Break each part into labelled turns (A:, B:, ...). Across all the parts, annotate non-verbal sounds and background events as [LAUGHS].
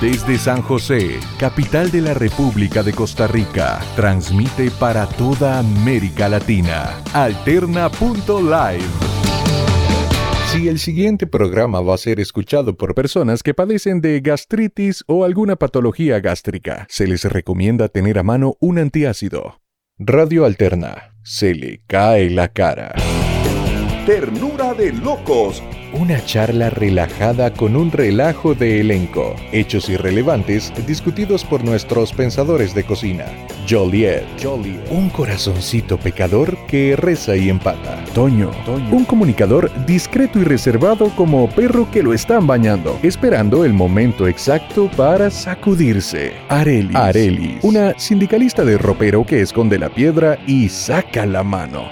A: Desde San José, capital de la República de Costa Rica, transmite para toda América Latina. Alterna.live. Si el siguiente programa va a ser escuchado por personas que padecen de gastritis o alguna patología gástrica, se les recomienda tener a mano un antiácido. Radio Alterna. Se le cae la cara.
B: Ternura de locos.
A: Una charla relajada con un relajo de elenco. Hechos irrelevantes discutidos por nuestros pensadores de cocina. Joliet. Un corazoncito pecador que reza y empata. Toño. Un comunicador discreto y reservado como perro que lo están bañando. Esperando el momento exacto para sacudirse. Arelis. Arelis. Una sindicalista de ropero que esconde la piedra y saca la mano.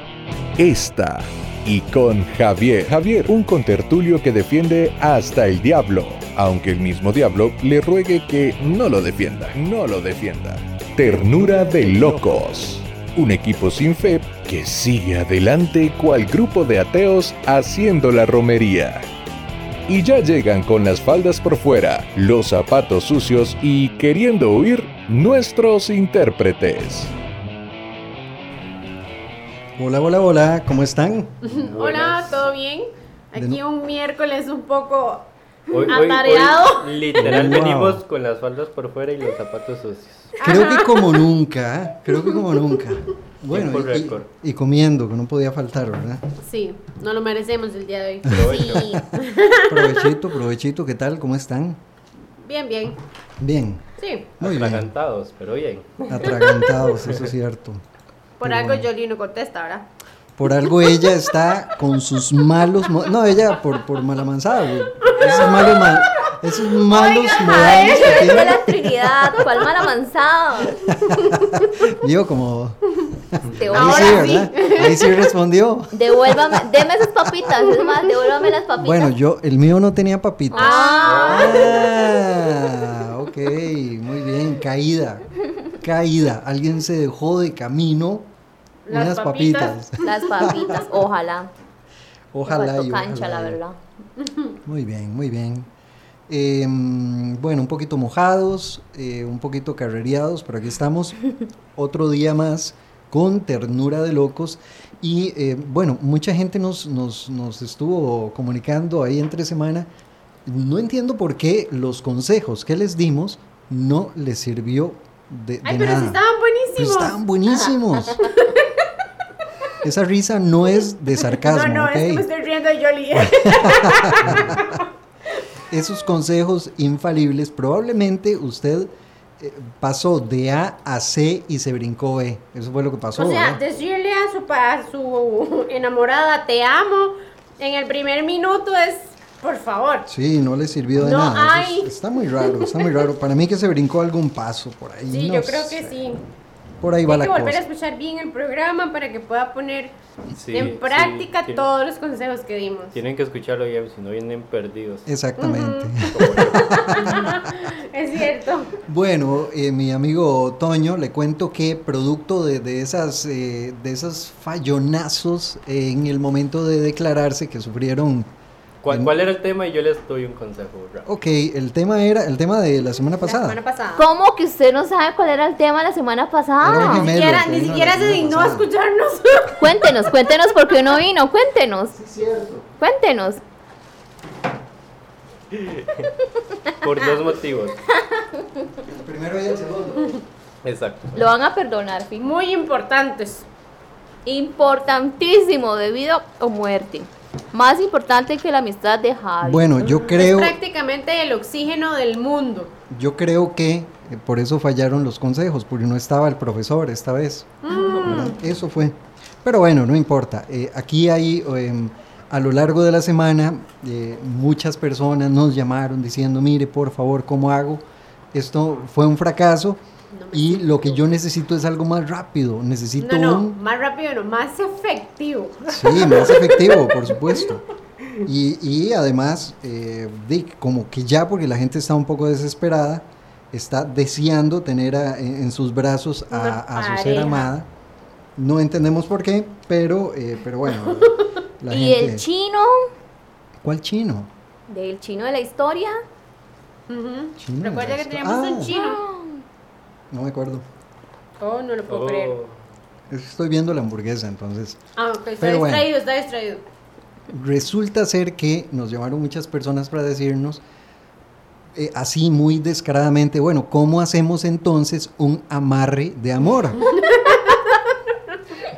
A: Esta y con Javier. Javier, un contertulio que defiende hasta el diablo, aunque el mismo diablo le ruegue que no lo defienda, no lo defienda. Ternura de locos. Un equipo sin fe que sigue adelante cual grupo de ateos haciendo la romería. Y ya llegan con las faldas por fuera, los zapatos sucios y queriendo huir nuestros intérpretes.
C: Hola, hola, hola, ¿cómo están?
D: Hola, ¿todo bien? Aquí un miércoles un poco
E: Hoy, hoy- hoy
D: atareado.
E: literal
C: Wow.
E: venimos con las faldas por fuera y los zapatos sucios.
C: Creo que como nunca, ¿eh? creo que como nunca. Bueno,
E: Tiempo
C: y-
E: récord.
C: y, y comiendo, que no podía faltar, ¿verdad?
D: Sí, no lo merecemos el día de hoy.
E: Provecho.
D: Sí.
C: Provechito, provechito, ¿qué tal? ¿Cómo están?
D: Bien, bien.
C: Bien,
D: Sí.
C: muy bien.
E: Atragantados, pero bien.
C: Atragantados, eso es cierto.
D: Por algo Jolie no contesta, ¿verdad?
C: Por algo ella está con sus malos... mo- No, ella por, por malamansada, güey. Esos malos, ma- esos malos modales que
F: Fue
C: tiene.
F: la Trinidad, cual mal
C: [LAUGHS]
F: avanzado.
C: Digo, como...
F: Te
C: Ahí
F: voy-
C: sí,
D: Ahora sí.
C: ¿verdad? Ahí sí respondió.
F: Devuélvame, deme esas papitas, es más, devuélvame las papitas.
C: Bueno, yo, el mío no tenía papitas.
D: Ah,
C: Ah, ok, muy bien, caída, caída. Alguien se dejó de camino
D: Las
C: unas
D: papitas.
C: papitas.
F: Las papitas, ojalá. Me
C: Ojalá
F: faltó
C: y
F: cancha,
C: ojalá
F: la
C: y-
F: verdad.
C: Muy bien, muy bien. Em, bueno, un poquito mojados, eh, un poquito carrereados, pero aquí
D: [LAUGHS]
C: estamos otro día más con ternura de locos. Y eh, bueno, mucha gente nos, nos, nos estuvo comunicando ahí entre semana. No entiendo por qué los consejos que les dimos no les sirvió de, de
D: Ay, pero
C: nada.
D: sí estaban
C: Pero
D: buenísimos.
C: estaban buenísimos.
D: [LAUGHS]
C: Esa risa no es de sarcasmo,
D: no, no,
C: ¿ok?
D: es que me estoy riendo de Jolie. [LAUGHS]
C: esos consejos infalibles, probablemente usted eh, pasó de A a C y se brincó B. Eso fue lo que pasó.
D: o sea,
C: ¿verdad?
D: decirle a su, pa- a su enamorada te amo en el primer minuto es, por favor.
C: Sí, no le sirvió de
D: No
C: nada. Eso es-
D: hay.
C: está muy raro, está muy raro. Para mí que se brincó algún paso por ahí.
D: Sí,
C: no
D: yo creo
C: sé.
D: que sí.
C: Por ahí va
D: Hay que
C: la
D: volver a
C: cosa.
D: escuchar bien el programa para que pueda poner
E: Sí, sí,
D: en práctica
E: tienen-
D: todos los consejos que dimos.
E: Tienen que escucharlo bien, si no vienen perdidos.
C: Exactamente.
E: Como yo.
D: Es cierto.
C: [LAUGHS] Bueno, eh, mi amigo Toño, le cuento que producto de, de esas, eh, de esos fallonazos en el momento de declararse que sufrieron
E: ¿Cuál, cuál era el tema? Y yo les doy un consejo. rápido.
C: Ok, el tema era el tema de la semana
D: La
C: pasada.
D: semana pasada.
F: ¿Cómo que usted no sabe cuál era el tema la semana
C: Era
F: pasada?
C: un
D: Ni
C: Melo,
D: siquiera,
C: que
D: ni
C: vino la
D: siquiera se
C: semana
D: dignó a
C: pasada.
D: escucharnos. [LAUGHS]
F: Cuéntenos, cuéntenos por qué no vino, cuéntenos. Cuéntenos.
E: Por dos motivos.
C: El primero y el segundo.
E: Exacto.
F: Lo van a perdonar, fin.
D: Muy importantes.
F: Importantísimo, debido o muerte. Más importante que la amistad de Javi.
C: Bueno, yo creo,
D: Es prácticamente el oxígeno del mundo.
C: yo creo que eh, por eso fallaron los consejos, porque no estaba el profesor esta vez.
D: Mm.
C: ¿verdad? Eso fue. Pero bueno, no importa. Eh, aquí hay, em, a lo largo de la semana, eh, muchas personas nos llamaron diciendo, mire, por favor, ¿cómo hago? Esto fue un fracaso y lo que yo necesito es algo más rápido. Necesito
D: No, no,
C: un...
D: más rápido, no, más efectivo.
C: Sí, más efectivo, por supuesto. Y, y además, eh, Dick, como que ya porque la gente está un poco desesperada, está deseando tener a- en, en sus brazos a,
D: Una
C: a su ser
D: pareja.
C: amada. No entendemos por qué, pero, eh, pero bueno. La
F: y el
C: gente-
F: chino,
C: ¿Cuál chino?
F: del chino de la historia,
D: Ujú.
C: Chino,
D: Recuerda que
C: rasca-
D: teníamos
C: Ah.
D: un chino.
C: No me acuerdo.
D: Oh, no lo puedo creer.
E: Oh,
C: Es que Estoy viendo la hamburguesa, entonces.
D: Ah, ok, está
C: Pero bueno.
D: distraído, está distraído.
C: Resulta ser que nos llamaron muchas personas para decirnos, eh, así muy descaradamente, bueno, ¿cómo hacemos entonces un amarre de
D: [LAUGHS]
C: amor? un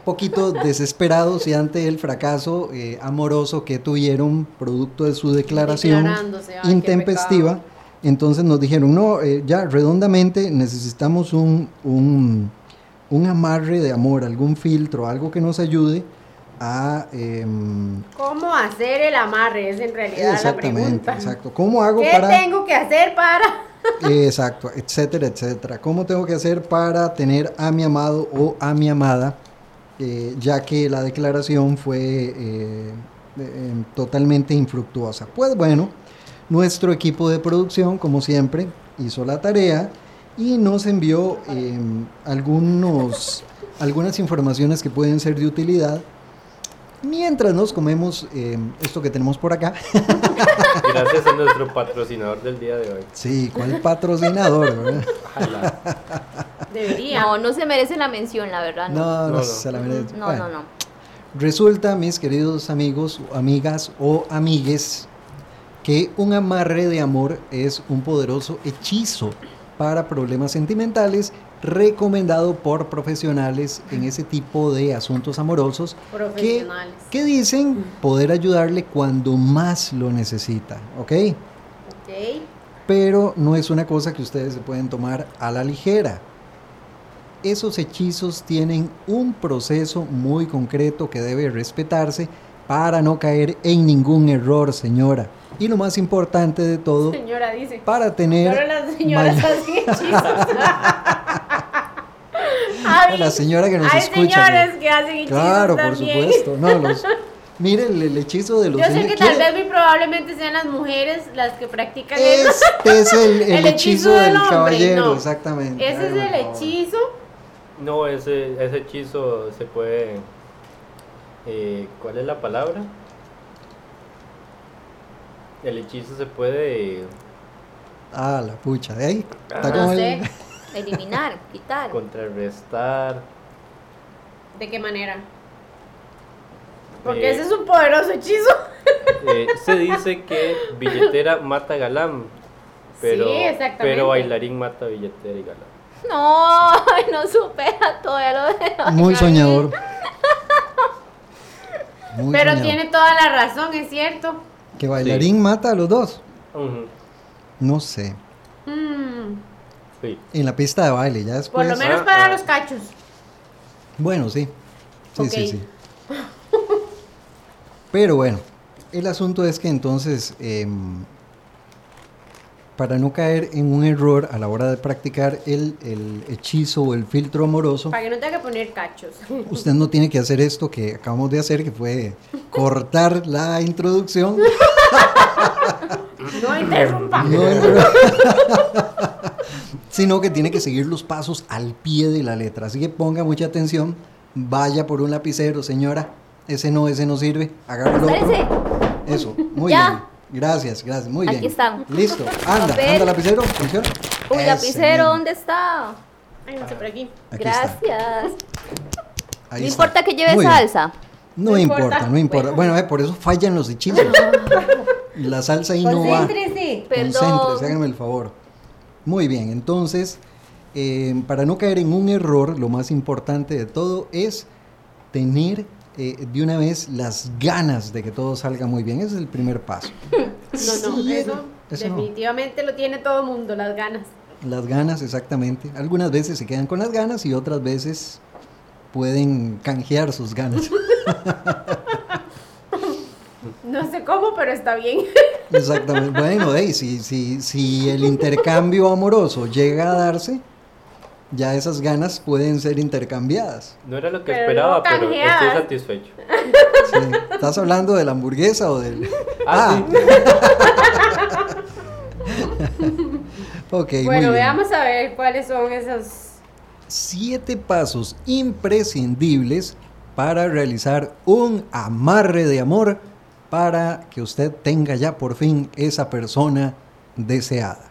C: poquito desesperados y ante el fracaso eh, amoroso que tuvieron producto de su declaración
D: Declarándose, ay, qué
C: intempestiva,
D: pecado.
C: entonces nos dijeron, no, eh, ya redondamente necesitamos un, un, un amarre de amor, algún filtro, algo que nos ayude a... em,
D: ¿Cómo hacer el amarre? Es en realidad la
C: Exactamente,
D: pregunta.
C: exacto. ¿Cómo hago
D: ¿Qué
C: para...?
D: tengo que hacer para...?
C: Eh, [LAUGHS] Exacto, etcétera, etcétera. ¿Cómo tengo que hacer para tener a mi amado o a mi amada? eh, ya que la declaración fue eh, de- em, totalmente infructuosa. Pues bueno, nuestro equipo de producción, como siempre, hizo la tarea y nos envió em, algunos, [LAUGHS] algunas informaciones que pueden ser de utilidad. Mientras nos comemos em, esto que tenemos por acá.
E: gracias a nuestro patrocinador del día de hoy.
C: Sí, ¿cuál
F: [LAUGHS]
C: patrocinador? verdad?
E: Ojalá.
D: Debería.
F: No, no se merece la mención, la verdad. Ah, No,
C: No, no,
E: no.
C: se la merece.
F: no,
C: Bueno,
F: no. no.
C: Resulta, mis queridos amigos, o amigas o amigues, que un amarre de amor es un poderoso hechizo para problemas sentimentales recomendado por profesionales en ese tipo de asuntos amorosos que,
D: Profesionales.
C: que dicen poder ayudarle cuando más lo necesita, ¿ok?
D: Ok.
C: pero no es una cosa que ustedes se pueden tomar a la ligera. Esos hechizos tienen un proceso muy concreto que debe respetarse para no caer en ningún error, señora. Y lo más importante de todo,
D: Señora dice.
C: para
D: Solo
C: tener...
D: las señoras
C: may-
D: hacen
C: [LAUGHS]
D: hechizos. Ay,
C: La señora que nos
D: hay
C: escucha,
D: señores que hacen hechizos
C: Claro, por
D: también.
C: supuesto.
D: [LAUGHS]
C: No, los... Miren, el hechizo de los...
D: Yo sé que tal
C: ¿Quiere-
D: vez muy probablemente sean las mujeres las que practican eso.
C: Este es el, el
D: [LAUGHS] El
C: hechizo
D: hechizo
C: del,
D: del hombre,
C: caballero,
D: no.
C: exactamente.
D: Ese es
C: Ay,
D: el
C: por favor.
D: hechizo.
E: No, ese, ese hechizo se puede. eh, ¿Cuál es la palabra? El hechizo se puede
C: Ah, la pucha, de ahí. Está
E: Ah,
C: como
D: No
C: el- [LAUGHS]
D: sé
F: Eliminar, quitar.
E: contrarrestar.
D: de qué manera. Porque
E: Eh.
D: ese es un poderoso hechizo.
E: Eh, se dice que billetera mata galán. [LAUGHS] Pero,
D: Sí, exactamente.
E: pero bailarín mata billetera y galán.
F: No, ay, no supera todavía lo de.
C: Muy
D: [LAUGHS]
C: soñador. Muy
D: Pero
C: soñador.
D: tiene toda la razón, es cierto.
C: Que bailarín mata a los dos.
E: Ujú,
C: No sé.
D: Mm,
E: Sí.
C: En la pista de baile, ya
D: por
C: después.
D: lo menos
E: Ah,
D: para
E: ah.
D: los cachos.
C: Bueno, sí. Sí, sí,
D: Ok. [LAUGHS]
C: sí. Pero bueno, el asunto es que entonces, em, para no caer en un error a la hora de practicar el, el hechizo o el filtro amoroso,
D: Para que no tenga que poner cachos. [LAUGHS]
C: usted no tiene que hacer esto que acabamos de hacer, que fue cortar la introducción. [LAUGHS]
D: No interrumpa.
C: No, pero- [LAUGHS] sino que tiene que seguir los pasos al pie de la letra. Así que ponga mucha atención, vaya por un lapicero, señora. Ese no, ese no sirve. Agárralo.
F: Espérese.
C: Eso, muy
F: Ya.
C: bien. Gracias, gracias, muy
F: Aquí
C: bien.
F: están.
C: Listo, anda,
F: Papel.
C: anda lapicero, funciona.
F: Uy,
C: Ese
F: lapicero,
C: mismo.
F: ¿dónde está?
D: Ay, no sé por aquí.
C: Aquí está,
F: Gracias.
C: ahí
F: no
C: está.
F: importa que lleve
C: Muy bien.
F: salsa.
C: No,
D: No
C: importa,
D: importa.
C: no importa. Bueno, eh, por eso fallan los
F: [LAUGHS]
C: hechizos. la salsa ahí
F: Pues
C: no va.
D: Concéntrese.
C: Concéntrese,
F: Perdón.
C: háganme el favor. Muy bien, entonces, eh, para no caer en un error, lo más importante de todo es tener eh, de una vez las ganas de que todo salga muy bien. Ese es el primer paso.
D: [LAUGHS] No, no,
C: Sí,
D: eso,
C: eso no.
D: definitivamente lo tiene todo mundo, las ganas.
C: Las ganas, exactamente. Algunas veces se quedan con las ganas y otras veces pueden canjear sus ganas.
D: No sé cómo, pero está bien.
C: Exactamente. Bueno, ey, si, si, si el intercambio amoroso llega a darse, ya esas ganas pueden ser intercambiadas.
E: No era lo que
D: Pero
E: esperaba,
D: no
E: pero estoy
D: canjeadas. [LAUGHS]
E: satisfecho.
C: Sí. ¿Estás hablando de la hamburguesa o del...?
E: Ah, sí.
C: ok, muy
D: bueno,
C: bien.
D: veamos a ver cuáles son esos.
C: Siete pasos imprescindibles para realizar un amarre de amor para que usted tenga ya por fin esa persona deseada.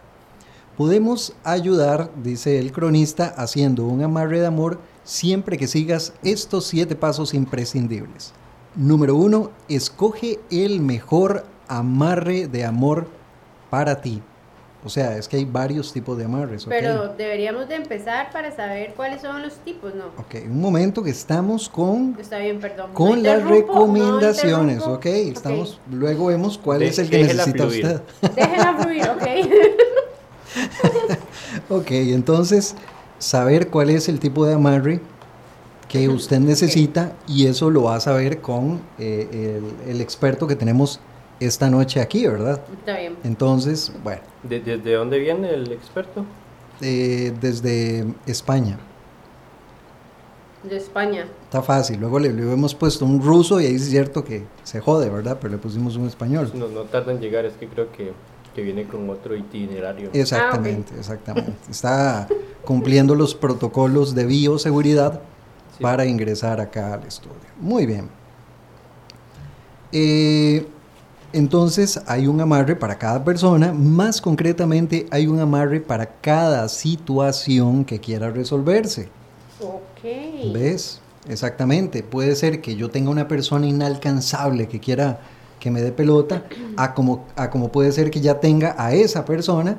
C: Podemos ayudar, dice el cronista, haciendo un amarre de amor siempre que sigas estos siete pasos imprescindibles. Número uno, escoge el mejor amarre de amor para ti. O sea, es que hay varios tipos de amarres. ¿ok?
D: Pero deberíamos de empezar para saber cuáles son los tipos, ¿no?
C: Ok, un momento que estamos con,
D: Está bien, perdón. No
C: con las
D: interrumpo, no
C: recomendaciones,
D: interrumpo.
C: ok. Estamos, Luego vemos cuál
E: De-
C: es el que
E: déjela
C: necesita
E: fluir.
C: usted.
D: Déjenla fluir, ok. [LAUGHS]
C: Ok, entonces saber cuál es el tipo de amarre que usted necesita y eso lo va a saber con eh, el, el experto que tenemos esta noche aquí, ¿verdad?
D: Está bien.
C: Entonces, bueno,
E: ¿De- ¿Desde dónde viene el experto?
C: eh, desde España,
D: De España.
C: está fácil. Luego le, le hemos puesto un ruso y ahí es cierto que se jode, ¿verdad? Pero le pusimos un español.
E: No, no tarda en llegar, es que creo que, que viene con otro itinerario.
C: Exactamente, exactamente. Está cumpliendo los protocolos de bioseguridad
E: Sí.
C: para ingresar acá al estudio. Muy bien. Eh, entonces hay un amarre para cada persona, más concretamente hay un amarre para cada situación que quiera resolverse.
D: Ok.
C: ¿Ves? Exactamente. Puede ser que yo tenga una persona inalcanzable que quiera que me dé pelota, a como, a como puede ser que ya tenga a esa persona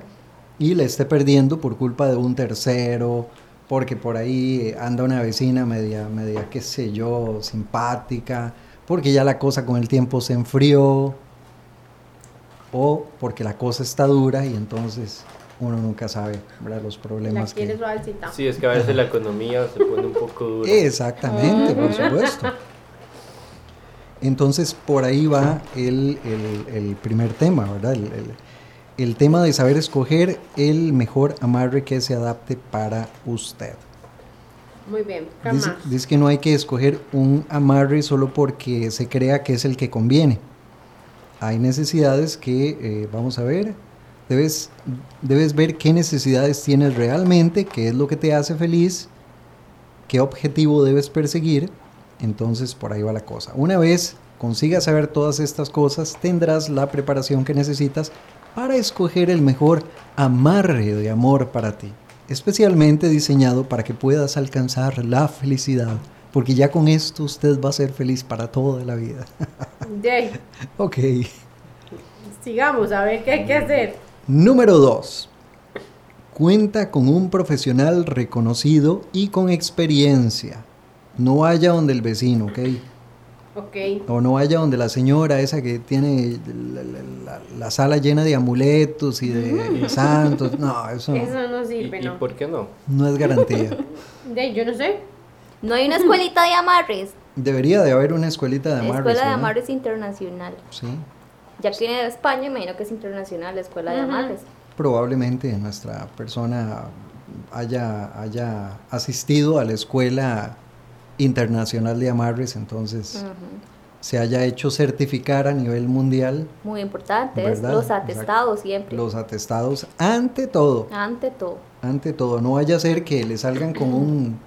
C: y la esté perdiendo por culpa de un tercero, porque por ahí anda una vecina media, media, qué sé yo, simpática, porque ya la cosa con el tiempo se enfrió, o porque la cosa está dura y entonces uno nunca sabe ¿verdad? los
D: La
C: problemas
D: quieres
C: que...
D: suavecita.
E: Sí, es que a veces la economía se pone un poco dura.
C: Exactamente, por supuesto. Entonces, por ahí va el, el- el primer tema, ¿verdad? El, el- el tema de saber escoger el mejor amarre que se adapte para usted.
D: Muy bien.
C: Dice,
D: Jamás.
C: dice que no hay que escoger un amarre solo porque se crea que es el que conviene. Hay necesidades que, eh, vamos a ver, debes, debes ver qué necesidades tienes realmente, qué es lo que te hace feliz, qué objetivo debes perseguir. Entonces por ahí va la cosa. Una vez consigas saber todas estas cosas, tendrás la preparación que necesitas para escoger el mejor amarre de amor para ti. Especialmente diseñado para que puedas alcanzar la felicidad. Porque ya con esto usted va a ser feliz para toda la vida. [LAUGHS]
D: De ahí,
C: ok.
D: sigamos a ver qué hay que hacer.
C: Número 2. Cuenta con un profesional reconocido y con experiencia. No vaya donde el vecino, ¿ok?
D: Ok.
C: O no vaya donde la señora esa que tiene la, la- la- la sala llena de amuletos y de santos. No, eso
D: [LAUGHS] Eso no
E: ¿Y,
D: sirve,
E: y
D: ¿no?
E: por qué no?
C: no es garantía.
D: De ahí, yo no sé.
C: [LAUGHS]
F: No hay una escuelita de amarres.
C: Debería de haber una escuelita de amarres.
F: escuela de
C: ¿verdad?
F: amarres internacional.
C: Sí,
F: Ya que viene de España, imagino que es internacional la escuela de
D: Ujú.
F: amarres.
C: probablemente nuestra persona haya, haya asistido a la escuela internacional de amarres, entonces
F: Ujú.
C: se haya hecho certificar a nivel mundial
F: Muy importante, es
C: ¿Verdad?
F: los atestados siempre.
C: los atestados ante todo.
F: Ante todo.
C: Ante todo, no vaya a ser que le salgan con un,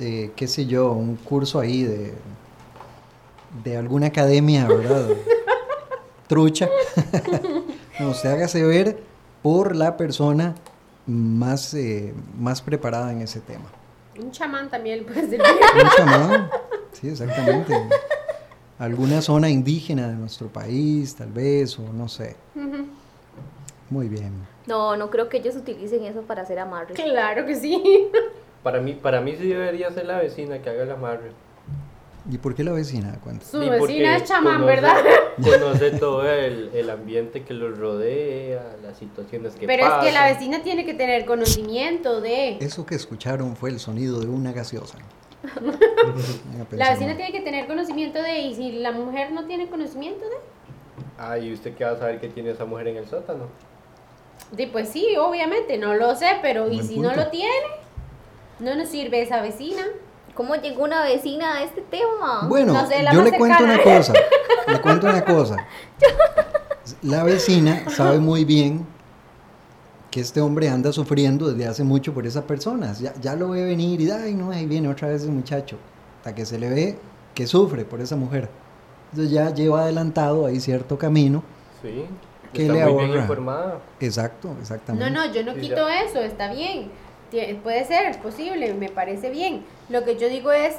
C: eh, qué sé yo, un curso ahí de, de alguna academia, ¿verdad? Trucha. [LAUGHS] no, usted hágase ver por la persona más, eh, más preparada en ese tema.
D: Un chamán también le puede
C: [LAUGHS]
D: servir.
C: Un chamán, sí, exactamente. Alguna zona indígena de nuestro país, tal vez, o no sé.
D: Ujú.
C: Muy bien.
F: No, no creo que ellos utilicen eso para hacer amarres.
D: claro que sí.
E: Para mí, para mí sí debería ser la vecina que haga el amarre.
C: ¿Y por qué la vecina? Cuenta.
D: Su
E: Sí, porque
D: vecina es chamán,
E: conoce-
D: ¿verdad?
E: [LAUGHS]
D: [LAUGHS]
E: Conoce todo el, el ambiente que los rodea, las situaciones que
D: [LAUGHS] Pero
E: pasan.
D: es que la vecina tiene que tener conocimiento de...
C: Eso que escucharon fue el sonido de una gaseosa.
D: [LAUGHS]
C: Venga,
D: La
C: pensemos.
D: vecina tiene que tener conocimiento de... Y si la mujer no tiene conocimiento de...
E: Ah, ¿y usted qué va a saber que tiene esa mujer en el sótano?
D: Sí, pues sí, obviamente, no lo sé, pero ¿y
C: Buen
D: si
C: punto.
D: no lo tiene? No nos sirve esa vecina.
F: ¿Cómo llegó una vecina a este tema?
C: Bueno,
D: No sé, la
C: yo
D: más
C: le cuento
D: cercana.
C: una cosa. Le cuento
D: [LAUGHS]
C: una cosa. La vecina sabe muy bien que este hombre anda sufriendo desde hace mucho por esas personas. Ya, ya lo ve venir y, ay, no, ahí viene otra vez el muchacho. Hasta que se le ve que sufre por esa mujer. Entonces ya lleva adelantado ahí cierto camino
E: Sí.
C: ¿Qué
E: está
C: le
E: muy bien
C: ahorra?
E: informada.
C: Exacto,
D: No,
C: exactamente.
D: no, yo no
E: Sí,
D: quito eso, está bien. Tie- Puede ser, es posible, me parece bien. Lo que yo digo es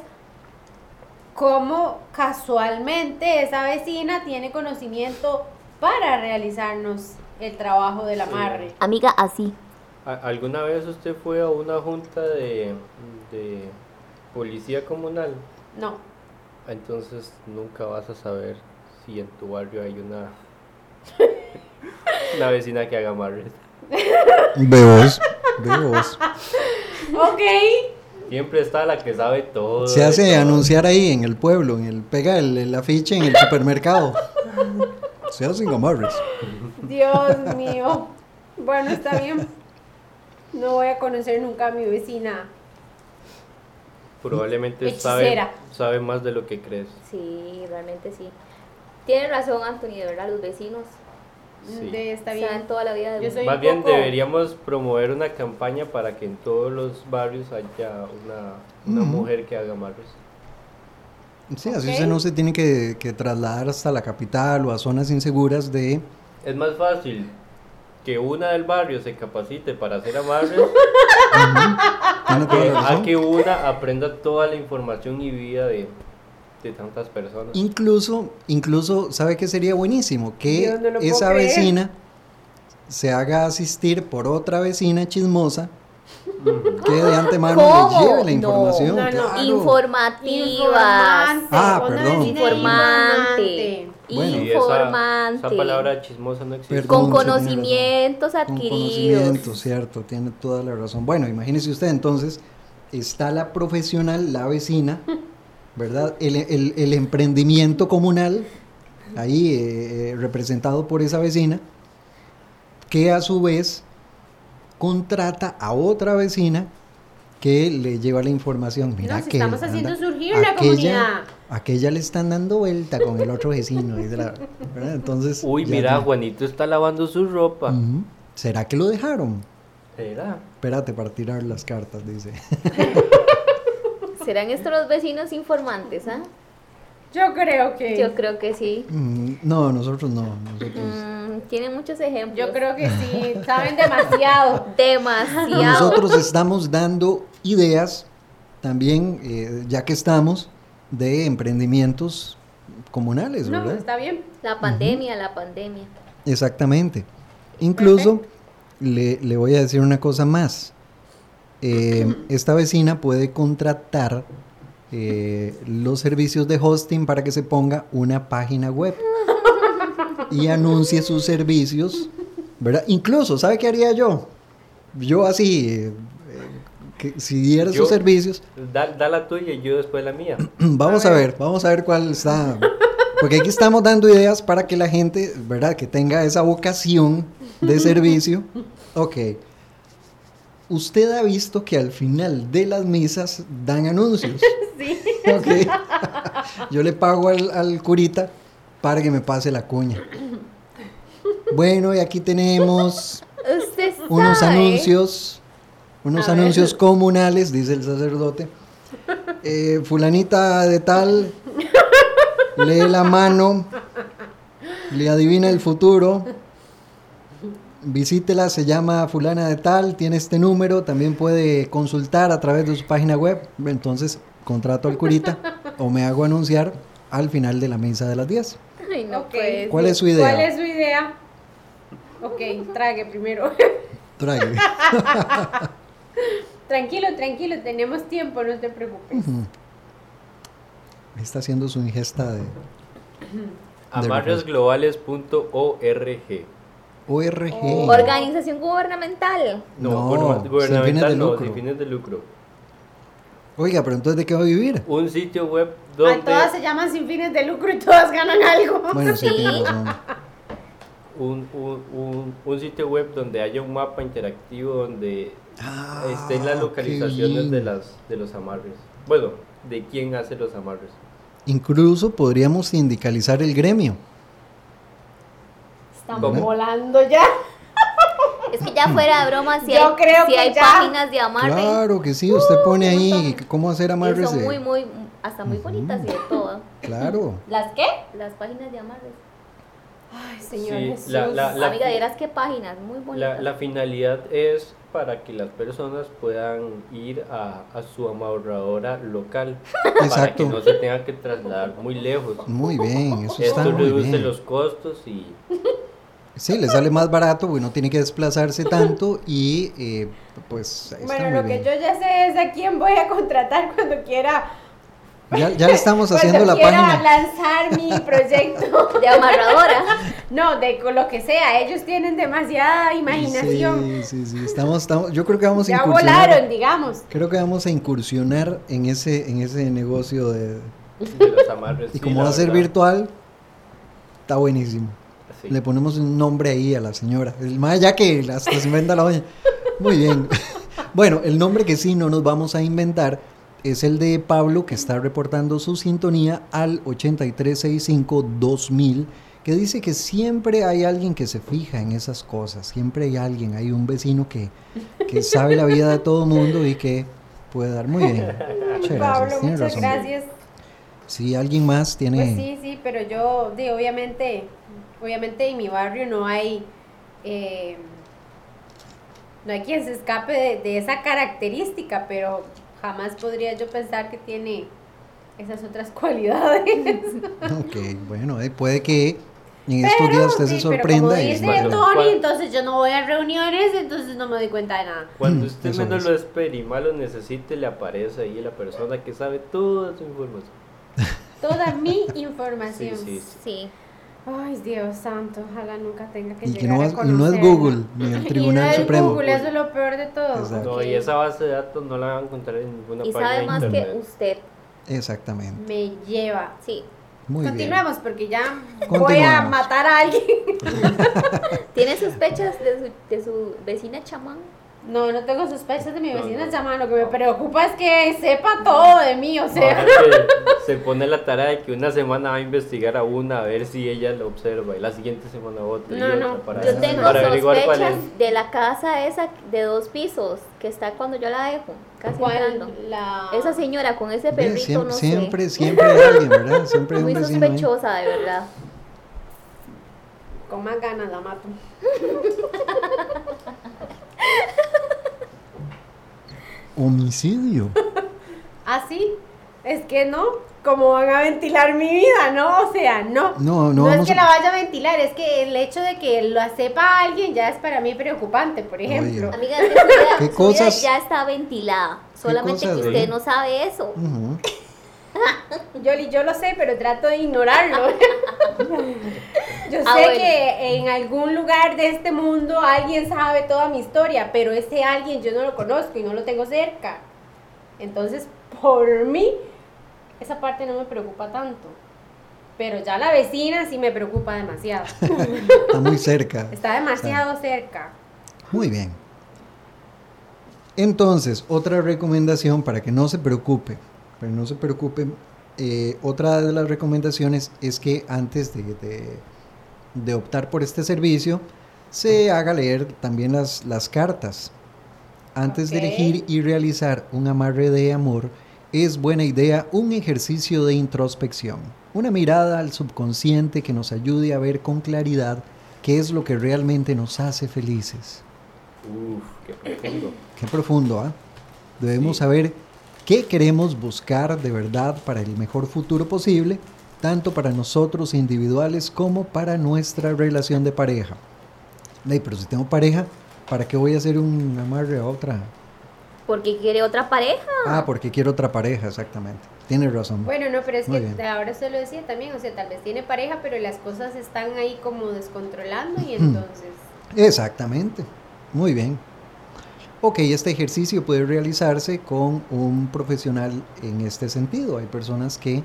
D: cómo casualmente esa vecina tiene conocimiento para realizarnos el trabajo del amarre.
F: Amiga, así.
E: ¿A- ¿Alguna vez usted fue a una junta de, de policía comunal?
D: No,
E: Entonces nunca vas a saber si en tu barrio hay
D: [LAUGHS]
E: una, una vecina que haga amarres.
C: Ve
D: [LAUGHS]
C: vos, ve vos.
D: ok.
E: Siempre está la que sabe todo.
C: Se
E: de
C: hace
E: todo.
C: anunciar ahí en el pueblo, en el pega el, el afiche
D: [LAUGHS]
C: en el supermercado. Se hacen amarres.
D: Dios mío. Bueno, está bien. No voy a conocer nunca a mi vecina.
E: Probablemente sabe,
D: Hechicera.
E: sabe más de lo que crees.
F: Sí, realmente sí. Tiene razón, Anthony, de verdad, los vecinos
E: Sí.
D: De- está
F: saben
D: bien.
F: toda la vida de
D: Yo
F: uno.
D: soy-
E: Más
D: un
E: bien
D: poco-
E: deberíamos promover una campaña para que en todos los barrios haya una, una mujer que haga amarres.
C: Sí, así
D: Ok.
C: usted no se tiene que, que trasladar hasta la capital o a zonas inseguras de...
E: Es más fácil que una del barrio se capacite para hacer
C: [LAUGHS]
E: amarres
C: Tiene toda
E: que
C: la
E: a
C: razón.
E: que una aprenda toda la información y vida de, de tantas personas.
C: Incluso, incluso, ¿sabe qué sería buenísimo? Que
D: Dios, no lo puedo
C: esa
D: creer.
C: vecina se haga asistir por otra vecina chismosa que de antemano
F: ¿Cómo?
C: le lleve la
F: No.
C: información.
D: Ah, No, no,
C: claro.
F: Informativas.
D: Informante,
C: Ah,
D: una
C: perdón.
D: vecina
F: Informante.
C: Bueno.
E: Y esa-
F: Informante.
E: Esa, palabra chismosa no existe.
C: Perdón, sí,
F: con
C: tiene razón.
F: conocimientos
C: Con
F: adquiridos.
C: conocimiento, cierto, tiene toda la razón. Bueno, imagínese usted entonces, está la profesional, la
D: [LAUGHS]
C: vecina, ¿verdad? El, el- el emprendimiento comunal, ahí eh, eh, representado por esa vecina, que a su vez contrata a otra vecina que le lleva la información. Mira
D: Nos
C: que
D: estamos haciendo surgir la comunidad.
C: Aquella le están dando vuelta con el otro vecino. dice la- ¿verdad? Entonces,
E: Uy,
C: ya Mm.
E: mira,
C: tiene-
E: Juanito está lavando su ropa.
C: Ujú. ¿Será que lo dejaron?
E: ¿Será?
C: Espérate para tirar las cartas, dice.
F: ¿Serán estos los vecinos informantes? ah?
D: Yo creo que.
F: Yo creo que sí.
C: Mm, No, nosotros no. Nosotros,
F: Mm, tienen muchos ejemplos.
D: Yo creo que
C: [LAUGHS]
D: sí, saben demasiado.
F: demasiado.
C: nosotros estamos dando ideas también, eh, ya que estamos, de emprendimientos comunales,
D: No,
C: ¿verdad?
D: está bien.
F: La pandemia, la pandemia.
C: Exactamente. Incluso le, le voy a decir una cosa más. Eh, esta vecina puede contratar eh, los servicios de hosting para que se ponga una página web y anuncie sus servicios, ¿verdad? Incluso, ¿sabe qué haría yo? Yo así, eh, eh, que si diera
E: Yo-
C: sus servicios,
E: Da, da la tuya y yo después
C: [CLEARS THROAT]
E: la mía.
C: Vamos a ver. vamos a ver cuál está. Porque aquí estamos dando ideas para que la gente, ¿verdad? Que tenga esa vocación [LAUGHS] de servicio. Ok. Usted ha visto que al final de las misas dan [LAUGHS] anuncios.
D: Sí.
C: Ok. Yo le pago al, al curita para que me pase la cuña. Bueno, y aquí tenemos
F: Usted sabe.
C: unos anuncios, unos
D: A ver.
C: anuncios comunales, dice el sacerdote.
D: [LAUGHS]
C: Eh, fulanita de tal, lee la mano, le adivina el futuro. Visítela, se llama fulana de tal, tiene este número, también puede consultar a través de su página web. Entonces, contrato al curita o me hago anunciar al final de la misa de las 10.
F: Ay, no pues,
D: Ok.
F: puede
C: ¿Cuál
F: ser.
C: es su idea?
D: ¿Cuál es su idea? Ok, trague primero. [LAUGHS]
C: Trague.
D: tranquilo, tranquilo, tenemos tiempo, no te preocupes.
C: Está haciendo su ingesta de
E: Amarresglobales.org.
C: ORG.
F: Organización gubernamental.
E: No,
C: No,
E: gubern-
C: sin
E: gubernamental
C: fines de
E: no,
C: lucro.
E: sin fines de lucro.
C: Oiga, pero entonces, ¿de qué va a vivir?
E: Un sitio web
D: Ay,
E: donde
D: todas se llaman sin fines de lucro y todas ganan algo.
C: [LAUGHS] Bueno, sí,
D: [LAUGHS]
F: Sí.
C: tiene razón.
E: un, un, un, un sitio web donde haya un mapa interactivo donde
C: Ah,
E: estén las
C: qué
E: localizaciones de
C: bien.
E: las de los amarres. Bueno, de quién hace los amarres.
C: Incluso podríamos sindicalizar el gremio.
D: Estamos
E: ¿Cómo?
D: volando ya.
F: Es que ya fuera de broma, si hay,
D: Yo creo
F: si
D: que
F: hay
D: ya.
F: páginas de amarre.
C: Claro que sí,
D: Uh,
C: usted pone ahí
F: montón.
C: cómo hacer
F: Y
C: amarres
F: son
C: de-
D: [LAUGHS]
F: muy, muy, hasta muy bonitas y de todo.
C: Claro,
F: ¿Las qué? Las páginas de amarres.
D: Ay, señor
E: Sí,
D: Jesús.
E: la- la- la-
F: Amiga, vieras qué páginas, muy bonitas.
E: La, la finalidad es para que las personas puedan ir a, a su amarradora local.
C: [LAUGHS]
E: Para que
C: Exacto.
E: no se tengan que trasladar muy lejos.
C: Muy bien, eso está
E: Esto
C: muy
E: reduce
C: bien.
E: los costos y
C: Sí, le sale más barato porque no tiene que desplazarse tanto y eh, pues está
D: Bueno,
C: muy
D: lo
C: bien.
D: que yo ya sé es a quién voy a contratar [LAUGHS] cuando quiera.
C: Ya, ya le estamos haciendo
D: [LAUGHS] cuando
C: la
D: quiera
C: página. [LAUGHS]
D: lanzar mi proyecto.
F: De amarradora.
D: No, de con lo que sea. Ellos tienen demasiada imaginación.
C: Sí, sí, sí, estamos, estamos- yo creo que vamos a
D: ya
C: incursionar.
D: volaron, digamos.
C: Creo que vamos a incursionar en ese, en ese negocio de,
E: de los amarres.
C: y
E: sí,
C: como
E: la
C: va a ser
E: verdad,
C: virtual, está buenísimo.
E: sí.
C: Le ponemos un nombre ahí a la señora. El más ya que hasta se inventa la doña. Muy bien. [LAUGHS] Bueno, el nombre que sí no nos vamos a inventar es el de Pablo, que está reportando su sintonía al 8365-2000, que dice que siempre hay alguien que se fija en esas cosas. Siempre hay alguien, hay un vecino que, que sabe la vida de todo mundo y que puede dar muy
D: [LAUGHS]
C: bien. Muchas gracias.
D: Pablo,
C: tiene
D: muchas
C: razón.
D: gracias.
C: Si alguien más tiene...
D: Pues sí, sí, pero yo, de, obviamente, obviamente en mi barrio no hay, eh, no hay quien se escape de, de esa característica, pero jamás podría yo pensar que tiene esas otras [LAUGHS] cualidades.
C: Ok, bueno, eh, puede que en estos días usted se
D: sí, pero
C: sorprenda.
D: como
C: y-
D: dice
E: Bueno,
D: Tony,
E: ¿cuál?
D: entonces yo no voy a reuniones, entonces no me doy cuenta de nada.
E: Cuando usted
C: Mm, Eso
E: menos
C: es.
E: lo espere y más lo necesite, le aparece ahí la persona que sabe toda su información.
D: Toda mi información.
E: Sí, sí.
F: Sí.
D: Ay, Dios santo, ojalá nunca tenga que
C: y que
D: llegar
C: no,
D: a
C: es, y no es
D: conocerla.
C: Google ni el
D: [LAUGHS] Y
C: Tribunal
D: no es
C: Supremo. pues.
D: Google, eso es lo peor de todo.
C: Exacto.
E: No, y esa base de datos no la va a encontrar en ninguna
F: Y
E: página de
F: sabe más que
E: internet.
F: usted.
C: Exactamente.
D: Me lleva.
F: Sí.
C: Muy
D: Continuemos porque ya voy a
C: Continuemos.
D: matar a alguien. [LAUGHS]
F: ¿Tiene sospechas de su, de su vecina chamán?
D: No, no tengo sospechas de mi
E: No,
D: vecina
E: no.
D: chamán. Lo que me preocupa es que sepa todo de mí, o sea.
E: Ahora se- se pone la tarea de que una semana va a investigar a una a ver si ella lo observa y la siguiente semana otra. y
D: No,
E: otra
D: no,
E: Para,
F: Yo tengo
E: para averiguar cuál es.
F: sospechas de la casa esa de dos pisos que está cuando yo la dejo, casi entrando.
D: [LAUGHS] ¿Cuál la...
F: Esa señora con ese
C: bien. Ve,
F: perrito,
C: siem-
F: no
C: siempre, siempre hay alguien, ¿verdad? Siempre
F: sé.
C: hay un
F: Muy
C: vecino ahí.
F: sospechosa, de
D: [LAUGHS]
F: verdad.
D: Con más ganas la mato. [LAUGHS]
C: Homicidio.
D: ¿Ah, sí? Es que no. ¿Cómo van a ventilar mi vida? No, o sea, no.
C: No, no
D: es
C: vamos
D: que
C: a-
D: la vaya a ventilar, es que el hecho de que lo sepa alguien ya es para mí preocupante, por ejemplo.
C: Oye.
F: Amiga, es que su vida-
C: ¿Qué
F: su vida
C: cosas?
F: ya está ventilada. Solamente que
C: cosas,
F: usted
C: eh?
F: no sabe eso.
C: Ujú.
D: Yoli, yo lo sé, pero trato de ignorarlo. Yo sé
F: Ah, bueno.
D: que en algún lugar de este mundo alguien sabe toda mi historia, pero ese alguien yo no lo conozco y no lo tengo cerca. Entonces, por mí, esa parte no me preocupa tanto. Pero ya la vecina sí me preocupa demasiado.
C: Está muy cerca.
D: Está demasiado cerca.
C: Muy bien. Entonces, otra recomendación para que no se preocupe, pero no se preocupe, eh, otra de las recomendaciones es que antes de, de- de optar por este servicio, se haga leer también las, las cartas. Antes
D: Ok.
C: de elegir y realizar un amarre de amor, es buena idea un ejercicio de introspección, una mirada al subconsciente que nos ayude a ver con claridad qué es lo que realmente nos hace felices.
E: Uf, qué profundo.
C: Qué profundo, ¿ah? Debemos
E: Sí.
C: saber qué queremos buscar de verdad para el mejor futuro posible, tanto para nosotros individuales como para nuestra relación de pareja. Ley, pero si tengo pareja, ¿para qué voy a hacer un amarre a otra?
D: Ah.
F: Porque quiere otra pareja.
C: Ah, porque quiero otra pareja, exactamente. Tienes razón.
D: Bueno, no, pero es
C: Muy
D: que
C: bien.
D: ahora se lo decía también, o sea, tal vez tiene pareja, pero las cosas están ahí como descontrolando y entonces...
C: Exactamente. Muy bien. Ok, este ejercicio puede realizarse con un profesional en este sentido. Hay personas que,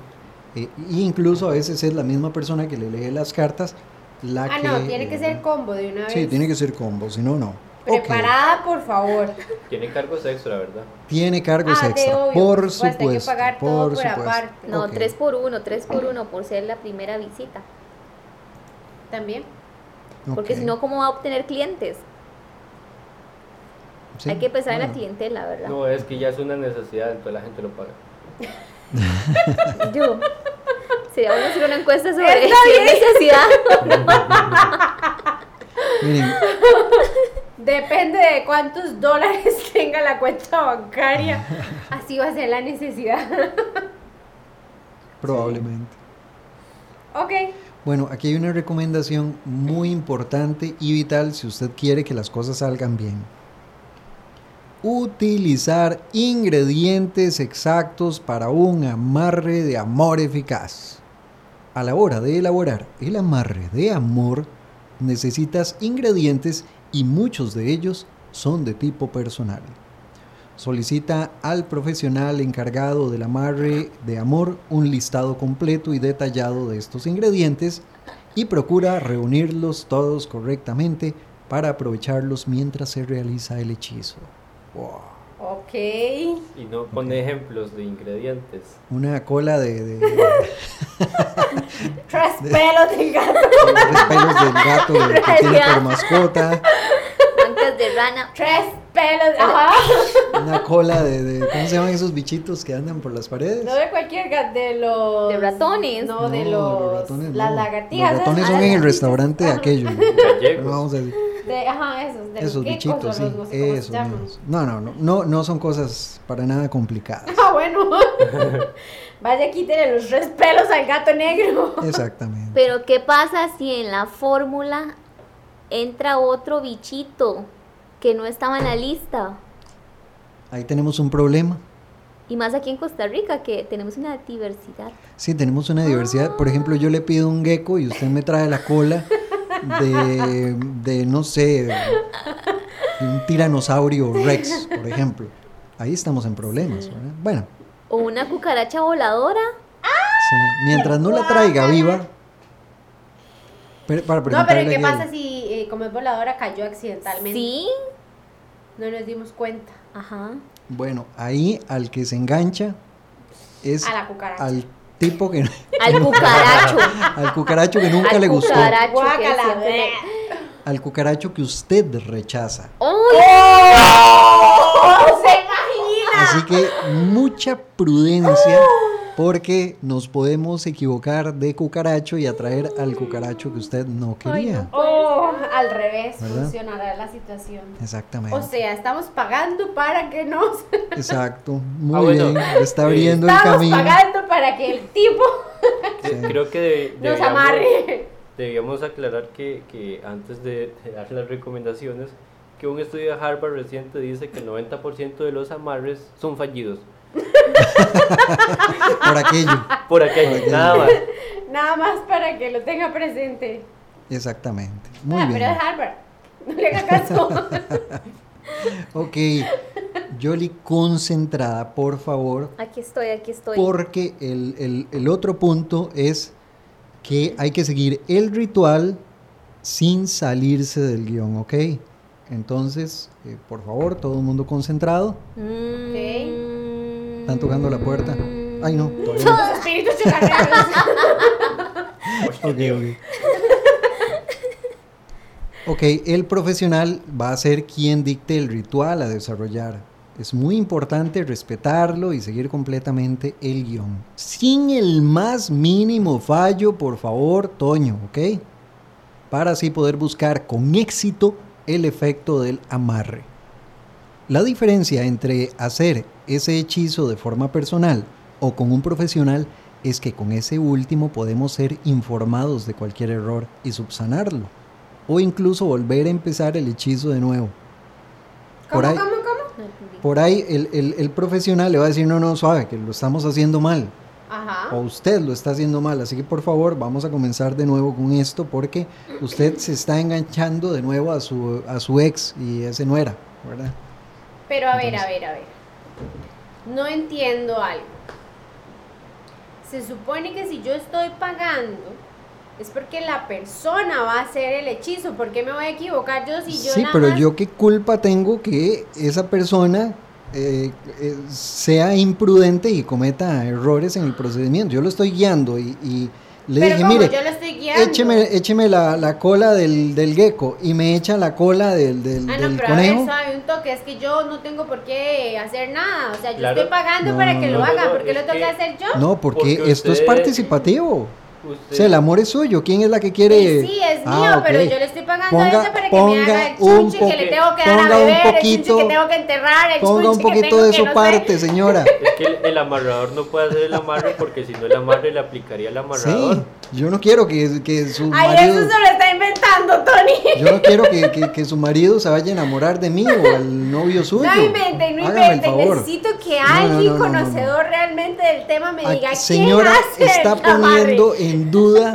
C: eh, y incluso a veces es la misma persona que le lee las cartas la
D: Ah,
C: que...
D: no, tiene que
C: eh,
D: ser combo de una vez.
C: Sí, tiene que ser combo, si no, no. Ok,
D: Preparada, por favor.
E: Tiene cargos extra, ¿verdad?
C: Tiene cargos
D: Ah, de
C: extra,
D: obvio,
C: por
D: por supuesto, hay
C: supuesto.
D: que pagar
C: por
D: todo por
C: supuesto.
D: aparte.
F: No,
C: Ok.
F: tres por uno, tres por uno, por ser la primera visita.
D: También.
F: Porque
C: Ok,
F: si no, ¿cómo va a obtener clientes?
C: sí,
F: Hay que pensar en la
C: bueno.
F: clientela, ¿verdad?
E: No, es que ya es una necesidad, entonces la gente lo paga.
F: Yo. [LAUGHS] Sería bueno hacer una encuesta sobre [LAUGHS]
D: Está
F: qué
D: bien.
F: necesidad.
C: Miren,
D: [LAUGHS] Depende de cuántos [LAUGHS] dólares tenga la cuenta bancaria. Así va a ser la necesidad. [LAUGHS]
C: probablemente.
D: Ok.
C: Bueno, aquí hay una recomendación muy importante y vital si usted quiere que las cosas salgan bien. Utilizar ingredientes exactos para un amarre de amor eficaz. A la hora de elaborar el amarre de amor, necesitas ingredientes y muchos de ellos son de tipo personal. Solicita al profesional encargado del amarre de amor un listado completo y detallado de estos ingredientes y procura reunirlos todos correctamente para aprovecharlos mientras se realiza el hechizo. Wow.
D: Ok.
E: Y no pone ejemplos de ingredientes.
C: Una cola de, de- de
D: Tres pelos de gato.
C: tres pelos del gato
D: [LAUGHS]
C: que tiene por mascota,
F: Ancas de rana.
D: Tres pelos. Ajá.
C: una cola de, de- ¿cómo se llaman esos bichitos que andan por las paredes?
D: No de cualquier gato, de los.
F: De ratones.
D: No, de
C: No,
D: los.
C: ratones
D: las
C: no.
D: lagartijas.
C: Los ratones
D: esas.
C: son en el restaurante de aquello.
E: Gallegos.
C: No vamos a decir.
D: De, ajá, esos. De
C: Esos
D: los geckos o
C: bichitos, sí.
D: los no sé cómo se
C: Eso,
D: llaman.
C: eso. No, no, no, no, no son cosas para nada
D: [LAUGHS]
C: complicadas.
D: Ah, bueno. Vaya, quítele los tres pelos al gato negro.
C: Exactamente.
F: Pero ¿qué pasa si en la fórmula entra otro bichito que no estaba en la lista?
C: Ahí tenemos un problema.
F: Y más aquí en Costa Rica, que tenemos una diversidad.
C: Sí, tenemos una diversidad. Por ejemplo, yo le pido un gecko y usted me trae la cola de, de no sé, de un tiranosaurio rex, por ejemplo. Ahí estamos en problemas. ¿verdad? Bueno,
F: O una cucaracha voladora.
C: sí, mientras no la traiga viva. pero- para
D: No, pero ¿y
C: preguntarle
D: ¿qué
C: a
D: pasa
C: Gaby.
D: si, eh, como es voladora, cayó accidentalmente?
F: Sí.
D: No nos dimos cuenta.
F: Ajá.
C: Bueno, ahí al que se engancha es
D: A la cucaracha.
C: al tipo que...
F: Al [LAUGHS] cucaracho.
C: [LAUGHS] al cucaracho que nunca
F: al
C: le gustó,
F: cucaracho que
D: Guácala,
F: siempre
D: bleh.
F: le-
C: al cucaracho que usted rechaza.
F: ¡Uy!
D: ¡Oh, se imagina!
C: Así que mucha prudencia porque nos podemos equivocar de cucaracho y atraer al cucaracho que usted no quería.
D: Oh, al revés
C: ¿Verdad?
D: funcionará la situación. O
C: Exactamente.
D: sea, [LAUGHS] estamos pagando para que nos...
C: Exacto. Muy
E: Ah, bueno.
C: bien. le Está abriendo el
D: Estamos
C: camino.
D: pagando para que el tipo
E: Cre- Eh, Creo que de-
D: nos
E: deberíamos-
D: amarre.
E: Debíamos aclarar que, que antes de, de dar las recomendaciones, que un estudio de Harvard reciente dice que el 90% de los amarres son fallidos.
C: Por aquello.
E: Por aquello, nada más.
D: Nada más para que lo tenga presente.
C: Exactamente. Muy
D: ah, pero
C: bien.
D: es Harvard. No le
C: [LAUGHS]
D: haga caso.
C: Ok. Yoli, concentrada, por favor.
F: Aquí estoy, aquí estoy.
C: Porque el, el- el otro punto es que hay que seguir el ritual sin salirse del guión, ¿ok? Entonces, eh, por favor, todo el mundo concentrado.
F: Mm.
C: Están tocando la puerta. Ay, no, todavía no.
D: Los espíritus
C: [LAUGHS]
D: chocarreros.
C: Ok, ok. Ok, [LAUGHS] el profesional va a ser quien dicte el ritual a desarrollar. Es muy importante respetarlo y seguir completamente el guión. Sin el más mínimo fallo, por favor, Toño, ¿ok? Para así poder buscar con éxito el efecto del amarre. La diferencia entre hacer ese hechizo de forma personal o con un profesional es que con ese último podemos ser informados de cualquier error y subsanarlo, o incluso volver a empezar el hechizo de nuevo. Por
D: ¿Cómo,
C: ahí-
D: cómo, cómo?
F: No entendí.
C: Por ahí el, el- el profesional le va a decir, no, no, suave, que lo estamos haciendo mal,
D: Ajá.
C: o usted lo está haciendo mal, así que por favor vamos a comenzar de nuevo con esto porque usted se está enganchando de nuevo a su, a su ex y ese no era, ¿verdad?
D: Pero a ver, a
C: Entonces-
D: ver, a ver. No entiendo algo. Se supone que si yo estoy pagando es porque la persona va a hacer el hechizo. ¿Por qué me voy a equivocar yo si yo
C: sí,
D: nada
C: pero
D: más-
C: yo qué culpa tengo que esa persona eh, eh, sea imprudente y cometa errores en el procedimiento. Yo lo estoy guiando y, y Le
D: Pero
C: dije,
D: como
C: mire,
D: yo lo estoy guiando.
C: écheme, écheme la, la cola del, del gecko y me echa la cola del, del,
D: Ah,
C: del
D: no, pero a ver,
C: conejo.
D: suave, un toque, es que yo no tengo por qué hacer nada, o sea, yo
E: Claro.
D: estoy pagando
C: No,
D: para
C: no,
D: que
E: no.
D: lo
E: No, no,
D: haga,
E: no,
D: ¿por qué
E: es
D: lo tengo
E: que-
D: que hacer yo?
C: No, porque,
E: Porque
C: esto es
E: usted-
C: participativo. O
E: Usted,
C: sea, el amor es suyo. ¿Quién es la que quiere?
D: Sí, Pues sí, es mío,
C: Ah,
D: pero
C: ok.
D: yo le estoy pagando
C: Ponga-
D: a ella para que me
C: ponga
D: haga el
C: un
D: chunche que le
E: po-
D: tengo que dar
C: ponga
D: a
C: un
D: beber, el chunche
C: poquito-
D: que tengo que enterrar, el
C: Ponga un
D: chunche que
C: poquito
D: tengo
C: de
D: que
C: su
D: no sé.
C: parte, señora.
E: es que el, el amarrador no puede hacer el amarre porque si no el amarre le aplicaría el amarrador.
C: Sí, yo no quiero que, que su
D: Ay, eso
C: marido...
D: se lo está inventando, Tony. [LAUGHS]
C: Yo no quiero que, que- que su marido se vaya a enamorar de mí o al novio suyo.
D: No inventen, no
C: Hágame el
D: inventen.
C: favor.
D: Necesito que
C: No, no,
D: alguien
C: no, no, no, no.
D: conocedor realmente del tema me
C: Ah,
D: diga quién
C: señora
D: hace
C: está
D: el amarre?
C: poniendo en duda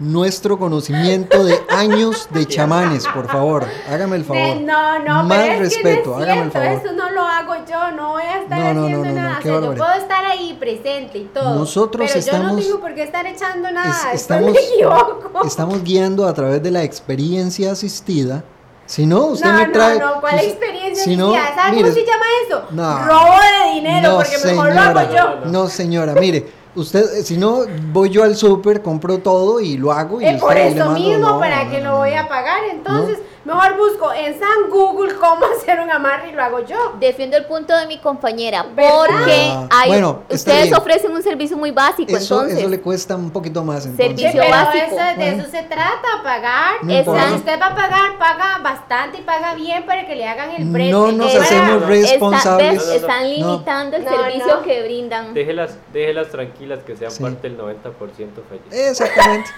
C: nuestro conocimiento de años de chamanes, por favor. Hágame el favor.
D: Ne- No, no,
C: Más
D: pero es que
C: respeto,
D: no es
C: hágame el
D: cierto,
C: favor.
D: Eso no lo hago yo, no voy a estar
C: No, no,
D: haciendo
C: no, no, no,
D: nada.
C: qué
D: o sea, yo
C: barbaridad.
D: puedo estar ahí presente y todo.
C: Nosotros
D: pero yo no
C: estamos-
D: tengo por qué estar echando nada.
C: Es-
D: después
C: estamos,
D: [LAUGHS] me equivoco.
C: estamos guiando a través de la experiencia asistida. Si no, usted
D: no,
C: me trae.
D: no, no, ¿cuál
C: si-
D: experiencia?
C: si no,
D: existía? ¿Sabes
C: mire,
D: cómo se llama eso?
C: no.
D: Robo de dinero, porque mejor lo hago yo.
E: No, no,
C: No, señora, mire, usted, eh, si no, voy yo al súper, compro todo y lo hago. Y
D: Eh, por
C: usted le
D: eso
C: mando-
D: mismo,
C: no,
D: para
C: no,
D: que
C: no,
D: lo
C: no,
D: voy
C: no.
D: a pagar. Entonces, mejor busco en San Google cómo [LAUGHS] hacer un amarre y lo hago yo.
F: Defiendo el punto de mi compañera,
D: ¿Verdad?
F: porque
C: Ah,
F: hay,
C: bueno, está
F: ustedes
C: bien.
F: ofrecen un servicio muy básico,
C: Eso,
F: entonces.
C: eso le cuesta un poquito más.
F: Servicio
D: Sí,
C: Entonces.
D: pero
F: básico.
D: eso- de
C: Bueno.
D: eso se trata, pagar.
C: No
D: Exacto.
C: importa.
D: Si usted va a pagar, paga bastante y paga bien para que le hagan el precio.
C: No nos
F: Esa-
C: hacemos
F: esta-
C: responsables.
E: No, no,
F: ves,
E: no.
F: Están
C: No.
F: limitando el
D: No,
F: servicio
D: no.
F: que brindan.
E: Déjelas, déjelas tranquilas que sean
C: Sí. Eh.
E: parte del 90% feliz.
C: Exactamente.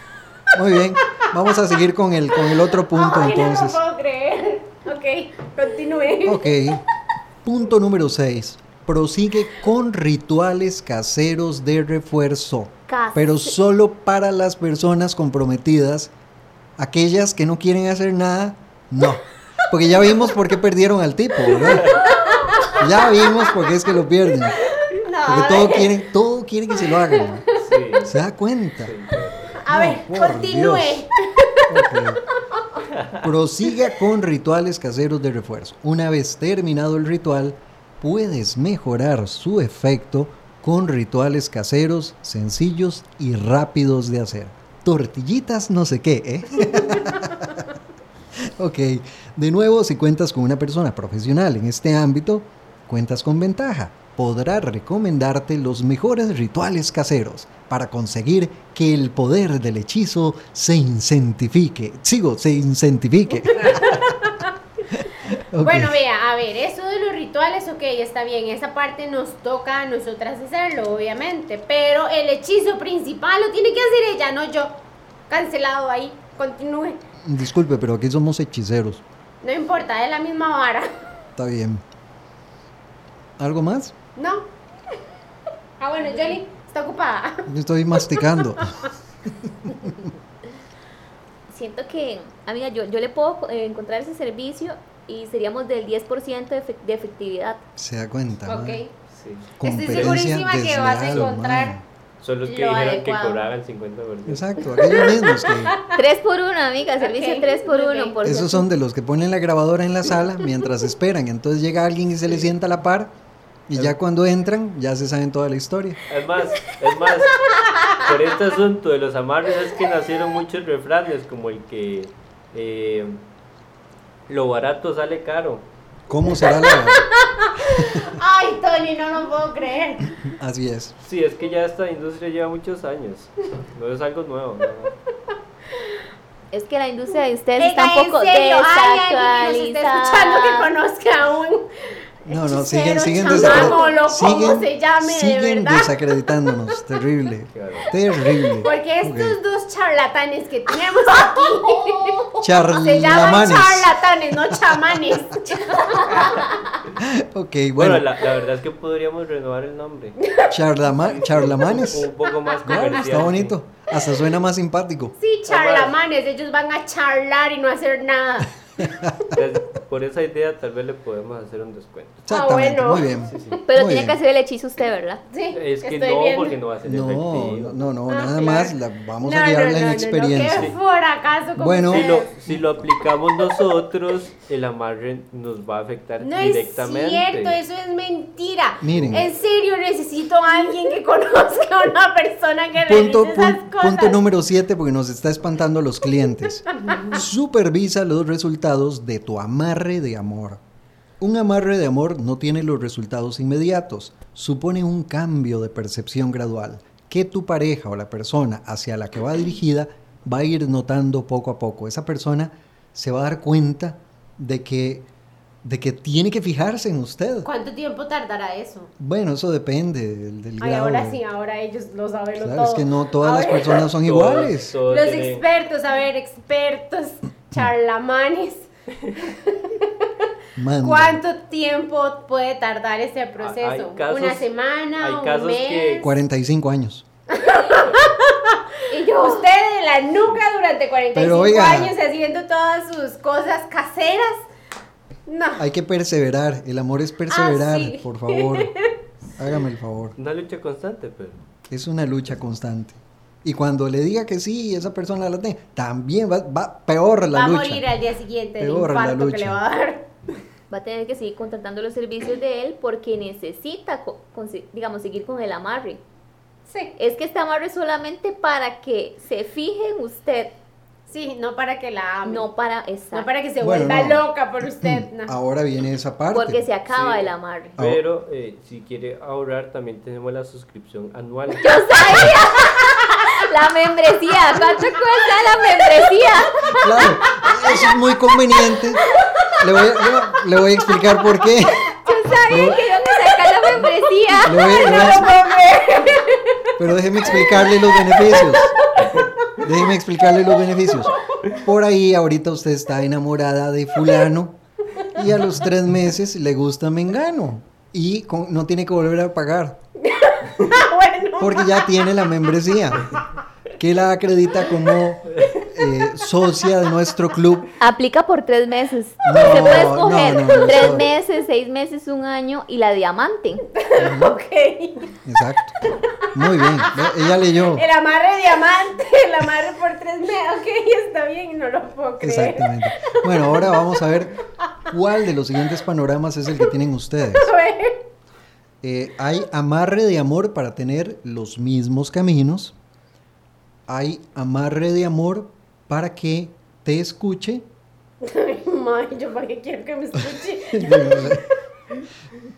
C: Muy bien. Vamos a seguir con el, con el otro punto
D: Ay,
C: entonces. Oh,
D: no lo puedo creer. Ok, continúe.
C: Ok. Punto número 6. Prosigue con rituales caseros de refuerzo.
F: Case-
C: Pero solo para las personas comprometidas. Aquellas que no quieren hacer nada, no. Porque ya vimos por qué perdieron al tipo, ¿verdad? Ya vimos por qué es que lo pierden.
D: [LAUGHS] No,
C: Porque
D: a
C: todo
D: ver,
C: quieren, todo quieren que se lo hagan.
E: Sí.
C: ¿Se da cuenta?
D: a ver,
C: No, por
D: continúe.
C: Dios. Ok. Prosiga con rituales caseros de refuerzo. Una vez terminado el ritual, puedes mejorar su efecto con rituales caseros sencillos y rápidos de hacer. Tortillitas no sé qué, ¿eh? ok, de nuevo, si cuentas con una persona profesional en este ámbito, cuentas con ventaja. Podrá recomendarte los mejores rituales caseros para conseguir que el poder del hechizo se incentifique. Sigo, se
D: [LAUGHS]
C: incentifique. Ok.
D: Bueno, vea, a ver, eso de los rituales, ok, está bien, esa parte nos toca a nosotras hacerlo, obviamente, pero el hechizo principal lo tiene que hacer ella, no yo. Cancelado ahí, continúe.
C: Disculpe, pero aquí somos hechiceros.
D: No importa, es la misma vara, [LAUGHS]
C: Está bien. ¿Algo más?
D: ¿no? [LAUGHS] Ah, bueno, Jolie está ocupada. [LAUGHS]
C: Estoy masticando.
F: Siento que, amiga, yo, yo le puedo eh, encontrar ese servicio y seríamos del 10% de, efe-
D: [LAUGHS]
F: de efectividad.
C: Se da cuenta. ma.
D: Ok.
E: Sí.
D: Estoy
C: Competencia
D: segurísima que vas a
C: desleal, ma.
D: encontrar.
E: Son los que
D: Lo
E: dijeron que
D: adecuado.
E: cobraban 50%.
C: Exacto, aquellos mismos que...
F: 3 por 1, amiga, servicio
D: Ok,
F: 3 por
D: ok.
F: 1. Por
C: Esos son de los que ponen la grabadora en la sala mientras esperan. Entonces llega alguien y se le sienta a la par. Y ya cuando entran, ya se saben toda la historia.
E: Es más, es más, por este asunto de los amarres es que nacieron muchos refranes, como el que eh, lo barato sale caro.
C: ¿Cómo
D: [LAUGHS]
C: será la.?
D: Ay, Tony, no lo puedo creer.
C: Así es.
E: Sí, es que ya esta industria lleva muchos años, no es algo nuevo. no.
F: Es que la industria de ustedes
D: Oiga,
F: está un poco
D: en serio, hay alguien que nos está escuchando que
F: desactualizada.
D: conozca a un
C: No, no, siguen,
D: hechicero,
C: siguen
D: chamaco,
C: desacreditándonos.
D: lo- ¿cómo
C: Siguen,
D: se llame, de
C: siguen
D: verdad?
C: desacreditándonos. Terrible.
E: Claro.
C: Terrible.
D: Porque estos
C: Ok.
D: dos charlatanes que
F: [LAUGHS]
D: tenemos aquí oh, se llaman
C: Charlamanes.
D: charlatanes, no chamanes.
C: [LAUGHS]
D: [LAUGHS]
C: Ok,
E: Bueno,
C: bueno.
E: la, la verdad es que podríamos renovar el nombre.
C: charlama- charlamanes.
E: [LAUGHS] Un poco más
C: Ya,
E: comercial.
C: Está bonito.
D: Ah,
C: Hasta suena más simpático.
D: Sí, charlamanes, ellos van a charlar y no hacer nada.
E: Entonces, Por esa idea tal vez le podemos hacer un descuento.
C: Exactamente,
D: bueno.
C: muy bien.
E: Sí, sí.
F: Pero
C: Muy
F: tiene
C: bien.
F: que hacer el hechizo usted, ¿verdad?
D: Sí,
E: Es que
D: estoy
E: no,
D: viendo.
E: porque no va a ser
C: No, no,
E: efectivo.
C: no, no,
D: Ah,
C: nada
D: claro.
C: más, la- vamos
D: No,
C: a
D: no,
C: guiarla
D: no,
C: en
D: no,
C: la
D: no,
C: experiencia.
D: qué fracaso con
C: Bueno.
E: Si
D: ustedes.
E: lo, si lo aplicamos nosotros, el amarre nos va a afectar
D: No es
E: directamente.
D: cierto, eso es mentira.
C: Miren.
D: En serio, necesito a alguien que conozca a una persona que
C: Punto,
D: realice esas
C: pun-
D: cosas.
C: punto número 7, porque nos está espantando a los
D: [LAUGHS]
C: clientes. Supervisa los resultados de tu amarre de amor. Un amarre de amor no tiene los resultados inmediatos. Supone un cambio de percepción gradual que tu pareja o la persona hacia la que va dirigida va a ir notando poco a poco. Esa persona se va a dar cuenta de que, de que tiene que fijarse en usted.
D: ¿Cuánto tiempo tardará eso?
C: Bueno, eso depende del, del
D: Ay,
C: grado.
D: ahora sí, ahora ellos lo saben
C: Claro,
D: todo.
C: es que no todas las
D: Ahora-
C: personas son
E: Todos-
C: iguales.
E: todos
D: Los
E: tienen-
D: expertos, a
C: [CLEARS THROAT]
D: ver, expertos, charlamanes.
C: Manda.
D: ¿Cuánto tiempo puede tardar ese
E: Ah, hay
D: proceso?
E: casos-
D: ¿Una semana?
E: hay
D: ¿Un
E: casos
D: mes?
E: que-
C: 45 años.
D: Y yo, usted de la nuca durante 45
C: Pero, oiga.
D: años haciendo todas sus cosas caseras. No.
C: Hay que perseverar. El amor es perseverar,
D: Ah, [LAUGHS] sí.
C: por favor. Hágame el favor.
E: Una lucha constante, pero.
C: Es una lucha constante. Y cuando le diga que sí, esa persona la tiene, también va, va peor la
D: va
C: lucha.
D: a morir al día siguiente del
C: Peor la
D: infarto que
C: lucha.
D: le va a dar.
F: Va a tener que seguir contratando los servicios de él porque necesita, co- consi- digamos, seguir con el amarre.
D: Sí,
F: Es que este amarre es solamente para que se fije en usted,
D: sí, no para que la ame.
F: no para
D: No
F: esa.
D: para que se
C: Bueno,
D: vuelva
C: no.
D: loca por
C: [CLEARS THROAT]
D: usted. No.
C: Ahora viene esa parte.
F: porque se acaba
E: Sí.
F: el amarre.
C: Ahora-
E: Pero eh, si quiere ahorrar, también tenemos la suscripción anual. [LAUGHS]
F: [LAUGHS] La membresía, ¿cuánto cuesta la membresía?
C: Claro, eso es muy conveniente. Le voy, a- le- le voy a explicar por qué.
F: Yo sabía que iban a sacar la membresía.
C: Le voy- le voy a- Pero déjeme explicarle los beneficios. Déjeme explicarle los beneficios. Por ahí ahorita usted está enamorada de fulano y a los tres meses le gusta Mengano y con- no tiene que volver a pagar Ah,
D: [LAUGHS] bueno,
C: porque ya tiene la membresía que la acredita como eh, socia de nuestro club.
F: Aplica por tres meses.
C: No,
F: se puede
C: no,
F: escoger
C: no, no,
F: tres
C: eso-
F: meses, seis meses, un año y la diamante.
D: ok.
C: Exacto. Muy bien. Ve, Ella leyó.
D: El amarre diamante, el amarre por tres meses. Ok, está bien, no lo puedo creer.
C: Exactamente. Bueno, ahora vamos a ver cuál de los siguientes panoramas es el que tienen ustedes.
D: A [LAUGHS] ver,
C: Eh, hay amarre de amor para tener los mismos caminos. Hay amarre de amor para que te escuche. [LAUGHS]
D: Ay, ma, yo para qué quiero que me escuche.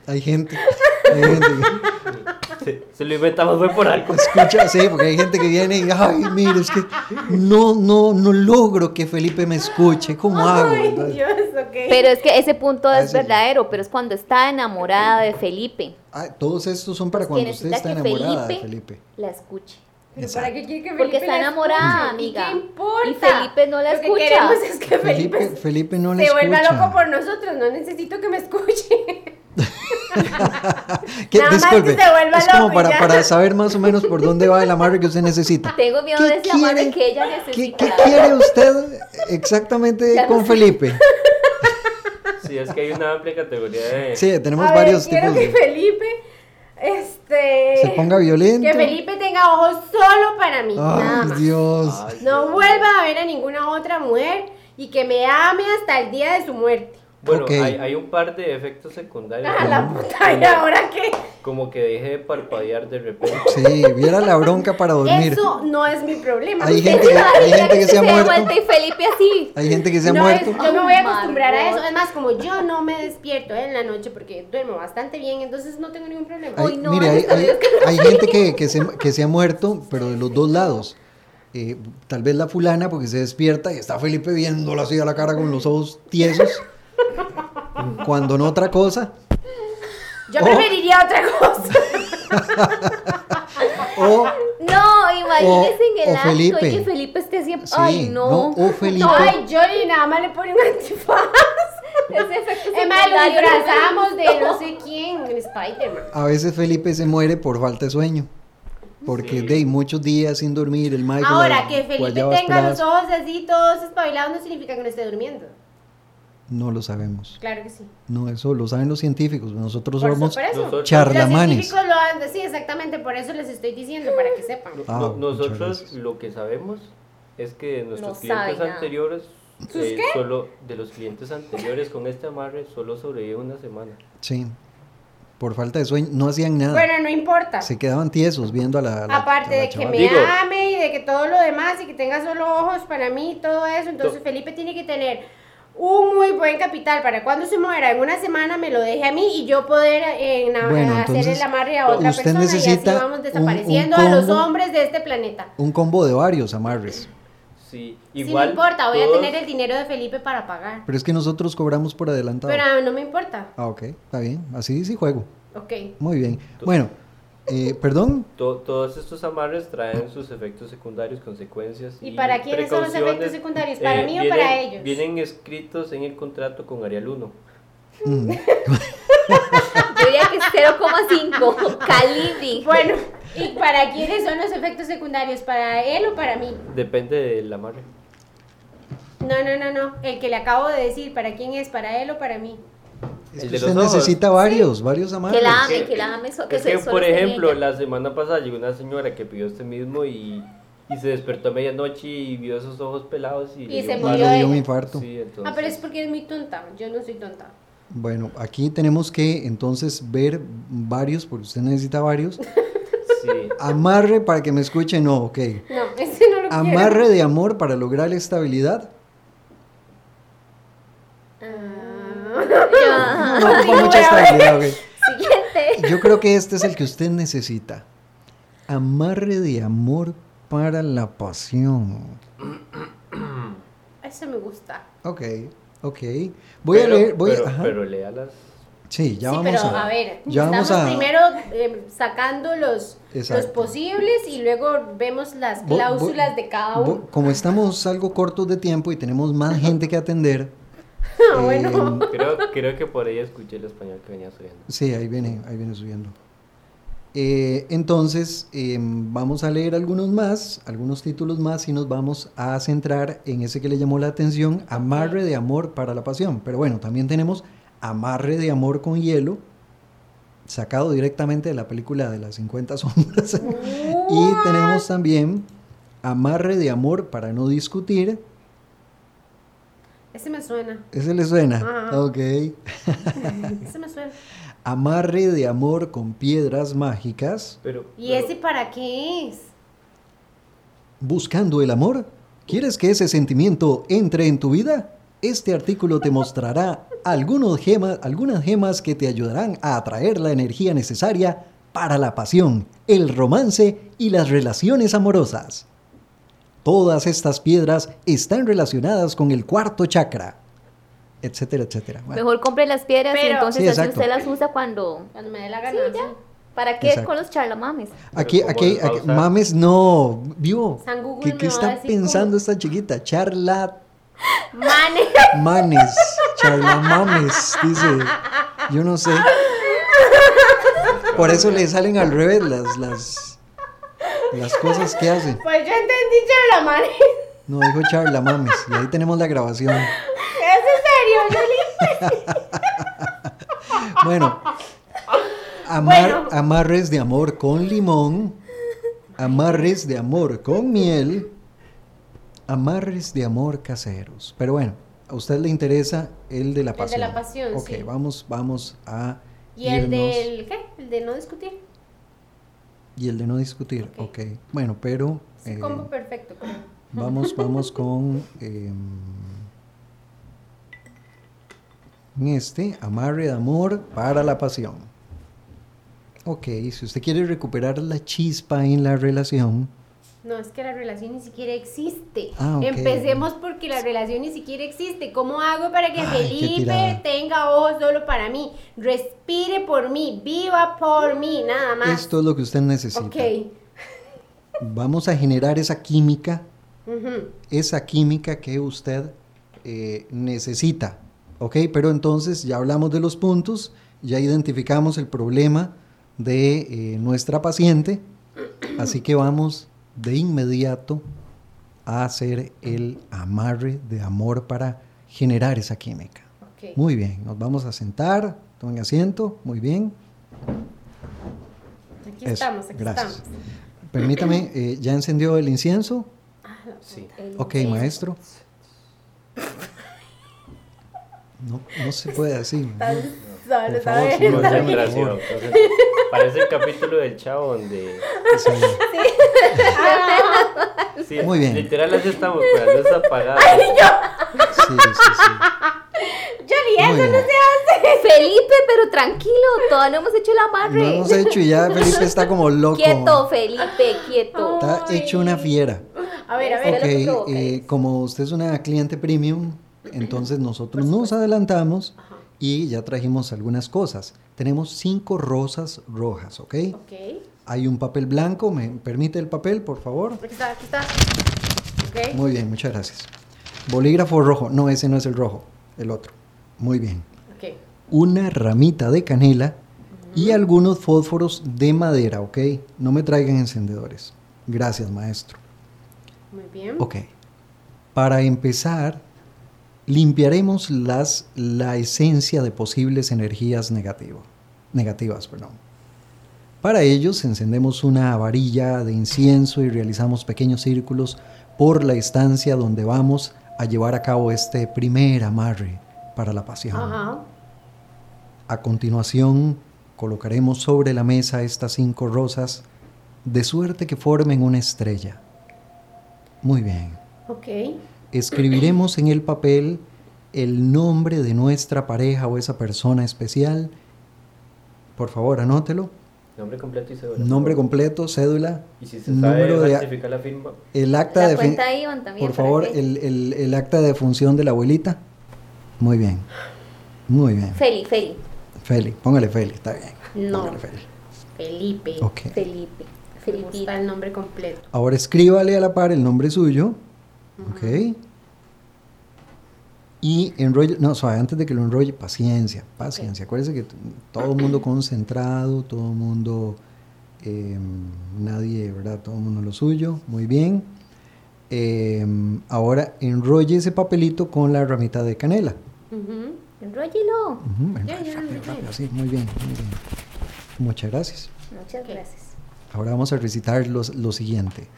C: hay gente, hay gente que
E: se, se lo inventamos, fue por algo.
C: escucha, sí, porque hay gente que viene y, ay, mire, es que no, no, no logro que Felipe me escuche. ¿Cómo hago?
D: Ay,
C: Entonces,
D: Dios, ok.
F: Pero es que ese punto
C: Ah,
F: es
C: sí.
F: verdadero, pero es cuando está enamorada de Felipe.
C: ah, todos estos son para
F: Es que
C: cuando usted está
F: necesita que
C: enamorada de
F: Felipe-
C: Felipe.
F: La escuche.
D: ¿Pero para qué quiere que Felipe
F: Porque está
D: la
F: enamorada,
D: escuche? ¿Y
F: amiga.
D: ¿Qué importa?
F: Y Felipe no la
D: Lo
F: escucha.
D: que queremos es que Felipe,
C: Felipe, Felipe no le
D: se vuelva
C: escucha.
D: loco por nosotros. No necesito que me escuche.
C: ¿Qué?
D: Nada más que
C: Disculpe,
D: se vuelva
C: es como
D: loco y
C: para,
D: ya.
C: para saber más o menos por dónde va el amarre que usted
D: [LAUGHS]
C: necesita.
F: Tengo miedo de ese amarre que ella
C: ¿Qué,
F: necesita.
C: qué quiere usted exactamente
F: Ya no
C: con
F: sé.
C: Felipe?
D: [LAUGHS]
E: Sí, es que hay una amplia categoría de.
C: Sí, tenemos
D: [LAUGHS] A ver,
C: varios
D: quiero
C: tipos. de-
D: que Felipe, este...
C: Se ponga violento.
D: Que Felipe tenga ojos solo para mí, nada
C: Ay,
D: más.
C: Dios.
E: Ay,
D: No vuelva a ver a ninguna otra mujer y que me ame hasta el día de su muerte.
E: Bueno,
C: Ok.
E: hay, hay un par de efectos secundarios.
D: A Ah, la puta, ¿y ahora qué?
E: Como que deje de parpadear de repente.
C: Sí, viera la bronca para dormir.
D: Eso no es mi problema.
C: Pues Hay
D: Usted
C: gente que,
F: Ay,
C: hay
F: ya
C: gente que se ha
F: dé
C: muerto.
F: vuelta y Felipe así.
C: Hay gente que se ha
D: no,
C: muerto.
D: es- yo me voy a
F: Ay,
D: acostumbrar a eso.
F: Margot.
D: Es más, como yo no me despierto en la noche porque duermo bastante bien, entonces no tengo ningún problema.
C: Hay-
F: Ay, no,
C: mire, hay,
F: antes
C: hay- hay gente que, que se, que se ha muerto, pero de los dos lados. Eh, tal vez la fulana, porque se despierta y está Felipe viéndola así a la cara con los ojos tiesos. Cuando no otra cosa.
D: Yo
C: Oh.
D: preferiría otra cosa.
C: O
F: No, imagínense
C: O-
F: en el
C: o
F: acto y
C: Felipe.
F: que Felipe esté siempre.
C: Sí,
F: Ay, no.
C: no, o Felipe.
D: Ay, yo y nada más le pone un antifaz.
F: [LAUGHS] Ese efecto
D: Es más, lo
F: secundario no me
D: disfrazamos de
F: gustó.
D: no sé quién, el Spider-Man.
C: a veces Felipe se muere por falta de sueño. Porque de ahí, muchos días sin dormir, el Michael.
D: Ahora,
C: las
D: que Felipe
C: guayabas
D: tenga los
C: peladas.
D: ojos así todos espabilados no significa que no esté durmiendo.
C: No lo sabemos.
D: Claro que sí.
C: No, eso lo saben los científicos. Nosotros
D: Por
C: somos...
D: eso, por eso.
E: Nosotros-
C: charlamanes.
D: Los científicos lo han sí, exactamente, por eso les estoy diciendo, para que sepan.
E: No-
C: Ah,
E: no-
C: muchas
E: nosotros
C: gracias.
E: lo que sabemos es que de nuestros
F: No
E: clientes
F: sabe nada.
E: anteriores, eh, solo de los clientes anteriores con este amarre, solo sobrevive una semana.
C: Sí. Por falta de sueño, no hacían nada.
D: Bueno, no importa.
C: Se quedaban tiesos viendo a la... a la-
D: Aparte
C: a la
D: de que
C: chavala.
D: me
E: Digo-
D: ame y de que todo lo demás y que tenga solo ojos para mí y todo eso, entonces
E: To-
D: Felipe tiene que tener un muy buen capital para cuando se muera en una semana me lo deje a mí y yo poder eh, en-
C: Bueno,
D: hacer
C: entonces,
D: el amarre a otra
C: usted
D: persona y
C: necesita
D: así vamos
C: un-
D: desapareciendo
C: un
D: a los
C: combo.
D: hombres de este planeta.
C: Un combo de varios amarres.
E: Sí,
D: Si
E: igual.
D: no importa, voy
E: todos-
D: a tener el dinero de Felipe para pagar.
C: Pero es que nosotros cobramos por adelantado.
D: Pero no me importa.
C: Ah, ok, está bien. Así sí juego.
D: Ok.
C: Muy bien. Bueno, eh, perdón.
E: to- todos estos amarres traen sus efectos secundarios, consecuencias.
D: ¿Y para quiénes son los
E: precauciones. eh,
D: efectos secundarios? ¿Para mí o
E: vienen-
D: para ellos?
E: Vienen escritos en el contrato con Arial 1.
C: Mm,
F: Yo diría que 0,5 [LAUGHS] calibre.
D: Bueno, ¿y para quiénes son los efectos secundarios? ¿Para él o para mí?
E: Depende del amarre.
D: No, no, no, no. El que le acabo de decir, ¿para quién es? ¿Para él o para mí?
C: es que
E: El de
C: usted
E: los ojos.
C: necesita varios, varios amarres.
F: que la ame, que la ame. so-
E: Es
F: se-
E: que,
F: solo
E: por
F: esté
E: ejemplo,
F: ella.
E: la semana pasada llegó una señora que pidió este mismo y, y se despertó a medianoche y vio esos ojos pelados y, le
D: Y
E: dio
D: se
E: un
C: Ah,
D: murió
E: paro.
C: le dio un
D: ella.
C: infarto.
E: Sí, entonces.
D: Ah, pero es porque es muy tonta. Yo no soy tonta.
C: Bueno, aquí tenemos que entonces ver varios, porque usted necesita varios.
D: [LAUGHS]
E: sí.
C: Amarre para que me escuche, no, ok.
D: No, [LAUGHS] ese no lo quiero.
C: Amarre de amor para lograr estabilidad.
D: Ah,
F: Ya.
C: No, ocupa mucha estabilidad, ok.
F: Siguiente.
C: Yo creo que este es el que usted necesita. Amarre de amor para la pasión.
D: Eso me gusta.
C: Ok, ok. Voy a
E: Pero-
C: leer, voy a...
E: pero,
C: ajá.
E: pero lea las.
C: Sí, ya
D: sí,
C: vamos
D: pero
C: a...
D: a, ver,
C: ya vamos
D: estamos
C: a-
D: primero eh, sacando los, los
C: Exacto.
D: posibles y luego vemos las
C: Vo- vo-
D: cláusulas de cada
C: vo-
D: uno.
C: Como estamos algo cortos de tiempo y tenemos más gente que atender.
D: Ah, [LAUGHS] bueno.
C: eh,
E: Creo, creo que por ahí escuché el español que venía subiendo.
C: Sí, ahí viene, ahí viene subiendo. Eh, entonces, em, vamos a leer algunos más, algunos títulos más y nos vamos a centrar en ese que le llamó la atención, Amarre de Amor para la Pasión. Pero bueno, también tenemos Amarre de Amor con Hielo, sacado directamente de la película de las 50 sombras. [LAUGHS] y tenemos también Amarre de Amor para no discutir.
D: Ese me suena.
C: ¿Ese le suena?
D: Ajá.
C: Ok.
D: Ese me suena.
C: Amarre de Amor con Piedras Mágicas.
E: Pero,
D: ¿Y
E: pero-
D: ese para qué es?
C: ¿Buscando el amor? ¿Quieres que ese sentimiento entre en tu vida? Este artículo te mostrará algunos gemas, algunas gemas que te ayudarán a atraer la energía necesaria para la pasión, el romance y las relaciones amorosas. Todas estas piedras están relacionadas con el cuarto chakra, etcétera, etcétera. Bueno,
F: Mejor compre las piedras y
D: Pero-
F: entonces
C: Sí,
F: así
C: exacto.
F: usted las usa cuando...
D: Cuando me dé la gana. sí.
F: ¿Para qué
C: Exacto.
F: con los charlamames?
C: aquí,
E: como
C: aquí,
E: les va a
C: aquí-
E: usar-
C: mames, no, vio.
D: San Google
C: ¿Qué,
D: me
C: qué
D: va a
C: está
D: decir
C: pensando
D: cómo-
C: esta chiquita? Charlat.
F: [LAUGHS]
D: Mane. [LAUGHS]
C: Manes, charlamames, dice. Yo no sé. Por eso le salen al revés las, las, las cosas que hacen.
D: Pues yo entendí charlamanes.
C: No, dijo charlamames. Y ahí tenemos la grabación.
D: [LAUGHS] ¿Es en serio, Lili?
C: Bueno, amar-
D: Bueno.
C: amarres de amor con limón, amarres de amor con miel, amarres de amor caseros. Pero bueno, a usted le interesa el de la
D: de
C: pasión.
D: la pasión,
C: Ok,
D: sí.
C: vamos, vamos a.
D: ¿Y el
C: irnos-
D: del qué? El de no discutir.
C: Y el de no discutir, ok.
D: Ok.
C: Bueno, pero
D: Es
C: eh,
D: un combo perfecto, creo. [LAUGHS]
C: vamos, vamos con eh, este, amarre de amor para la pasión. Ok, si usted quiere recuperar la chispa en la relación,
D: No, es que la relación ni siquiera existe.
C: Ah, ok.
D: Empecemos porque la relación ni siquiera existe. ¿Cómo hago para que
C: Ay, qué
D: Felipe
C: tirada.
D: tenga ojos solo para mí? Respire por mí, viva por mí, nada más.
C: esto es lo que usted necesita.
D: ok.
C: Vamos a generar esa química,
D: Ujú.
C: esa química que usted eh, necesita. Ok, pero entonces ya hablamos de los puntos, ya identificamos el problema de eh, nuestra paciente, así que vamos de inmediato a hacer el amarre de amor para generar esa química.
D: Ok. Ok.
C: Muy bien, nos vamos a sentar, tomen asiento, muy bien.
D: Aquí
C: Eso,
D: estamos, aquí
C: gracias.
D: estamos.
C: Permítame, eh, ¿ya encendió el incienso?
E: Sí.
F: El
C: Ok,
F: incenso.
C: maestro. No, no se puede así. ¿no?
D: Tal- tal-
C: Por
D: tal-
C: favor,
D: [LAUGHS] tal-
C: señor.
D: tal-
E: Concentración. concentración. Parece el capítulo del chavo donde.
C: Sí.
E: Sí,
C: [LAUGHS] Muy bien.
E: Literal, así estamos, con la luz
D: [LAUGHS]
E: apagada.
C: Sí, sí, sí.
D: Yoli,
C: Muy
D: eso no
C: bien.
F: Felipe, pero tranquilo, todavía no hemos hecho el amarre.
C: No hemos hecho y ya Felipe está como loco.
F: Quieto, Felipe, quieto.
C: Está hecho una fiera.
D: se- A ver, a ver.
C: Ok,
F: Pero lo que provoca
C: eh,
F: es-
C: como usted es una cliente premium, entonces nosotros nos adelantamos y ya trajimos algunas cosas. Tenemos cinco rosas rojas, ¿ok?
D: Ok.
C: Hay un papel blanco, ¿me permite el papel, por favor?
D: Aquí está, aquí está. Ok.
C: Muy bien, muchas gracias. Bolígrafo rojo, no, ese no es el rojo, el otro. Muy bien.
D: Ok.
C: Una ramita de canela y algunos fósforos de madera, ¿ok? No me traigan encendedores. Gracias, maestro.
D: Muy bien.
C: Ok. Para empezar, limpiaremos las, la esencia de posibles energías negativo- negativas. Perdón. Para ellos encendemos una varilla de incienso y realizamos pequeños círculos por la estancia donde vamos a llevar a cabo este primer amarre para la pasión.
D: Ajá.
C: A continuación, colocaremos sobre la mesa estas cinco rosas, de suerte que formen una estrella. Muy bien.
D: Ok.
C: Escribiremos en el papel el nombre de nuestra pareja o esa persona especial. Por favor, anótelo.
E: Nombre completo y seguro.
C: Nombre completo, cédula,
E: Y si se sabe
C: número de...
E: certificar la firma.
C: El acta
F: La
C: de... fin-
F: cuenta de Iván también.
C: por
F: ¿para
C: favor,
F: qué?
C: el, el- el acta de función de la abuelita. Muy bien. Muy bien.
F: Feli, Feli.
C: Feli, póngale Feli, está bien.
D: No.
C: Póngale Feli.
D: Felipe.
C: Ok.
F: Felipe.
D: Me gusta
F: Felipita.
D: el nombre completo.
C: Ahora escríbale a la par el nombre suyo. Ok. Y enrolle. No, suave, antes de que lo enrolle, paciencia, paciencia. Acuérdense que t- todo el mundo concentrado, todo el mundo. eh, nadie, ¿verdad? Todo el mundo lo suyo. Muy bien. Eh, ahora enrolle ese papelito con la ramita de canela.
D: Ujú.
F: Enróllelo.
C: Ujú,
D: Ya,
C: enrolle
D: ya lo
C: rápido,
D: enrollé.
C: rápido, sí, muy bien, muy bien. Muchas gracias.
F: Muchas gracias.
C: Ahora vamos a recitar los- lo siguiente.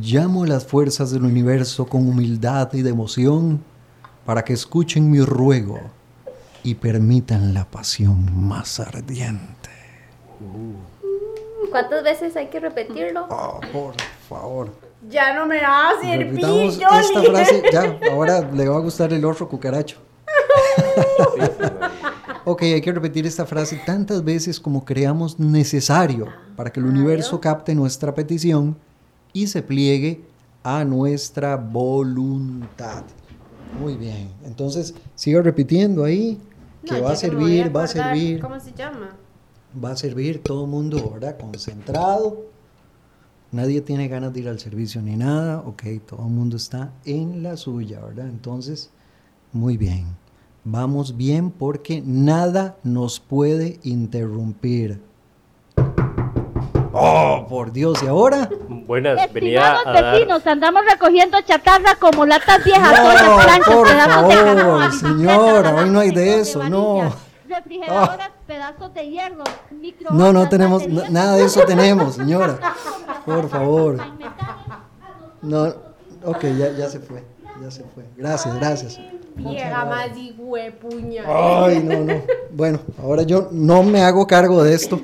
C: Llamo las fuerzas del universo con humildad y devoción para que escuchen mi ruego y permitan la pasión más ardiente.
F: ¿Cuántas veces hay que repetirlo?
C: Oh, por favor.
D: Ya no me va a servir,
C: Repitamos
D: Yoli.
C: esta
D: [LAUGHS]
C: frase. Ya, ahora le va a gustar el otro cucaracho.
E: Sí, sí, bueno.
C: Ok, hay que repetir esta frase tantas veces como creamos necesario para que el universo capte nuestra petición y se pliegue a nuestra voluntad. Muy bien, entonces siga repitiendo ahí que
D: No,
C: va a
D: ya que me voy
C: servir, va a
D: acordar,
C: servir,
D: ¿Cómo se llama?
C: va a servir todo el mundo, ¿verdad? Concentrado. Nadie tiene ganas de ir al servicio ni nada, ok, todo el mundo está en la suya, ¿verdad? Entonces, muy bien, vamos bien porque nada nos puede interrumpir. Oh, por Dios, ¿y ahora?
E: Buenas, venía
G: Estimados
E: a dar.
G: vecinos, andamos recogiendo chatarra como latas viejas,
C: No,
G: ollas planchas,
C: por
G: pedazos de
C: favor,
G: canoa, bicicletas,
C: señora, hoy no hay de
G: abanicos
C: eso,
G: varillas,
C: no.
G: Refrigeradoras, pedazos de hierro, microondas,
C: No, no tenemos,
G: baterías,
C: n- nada de eso tenemos, señora. Por favor.
G: metales,
C: No, ok, ya, ya se fue, ya se fue. Gracias, gracias.
D: Vieja más y huepuña.
C: Ah, Ay, no, no. Bueno, ahora yo no me hago cargo de esto.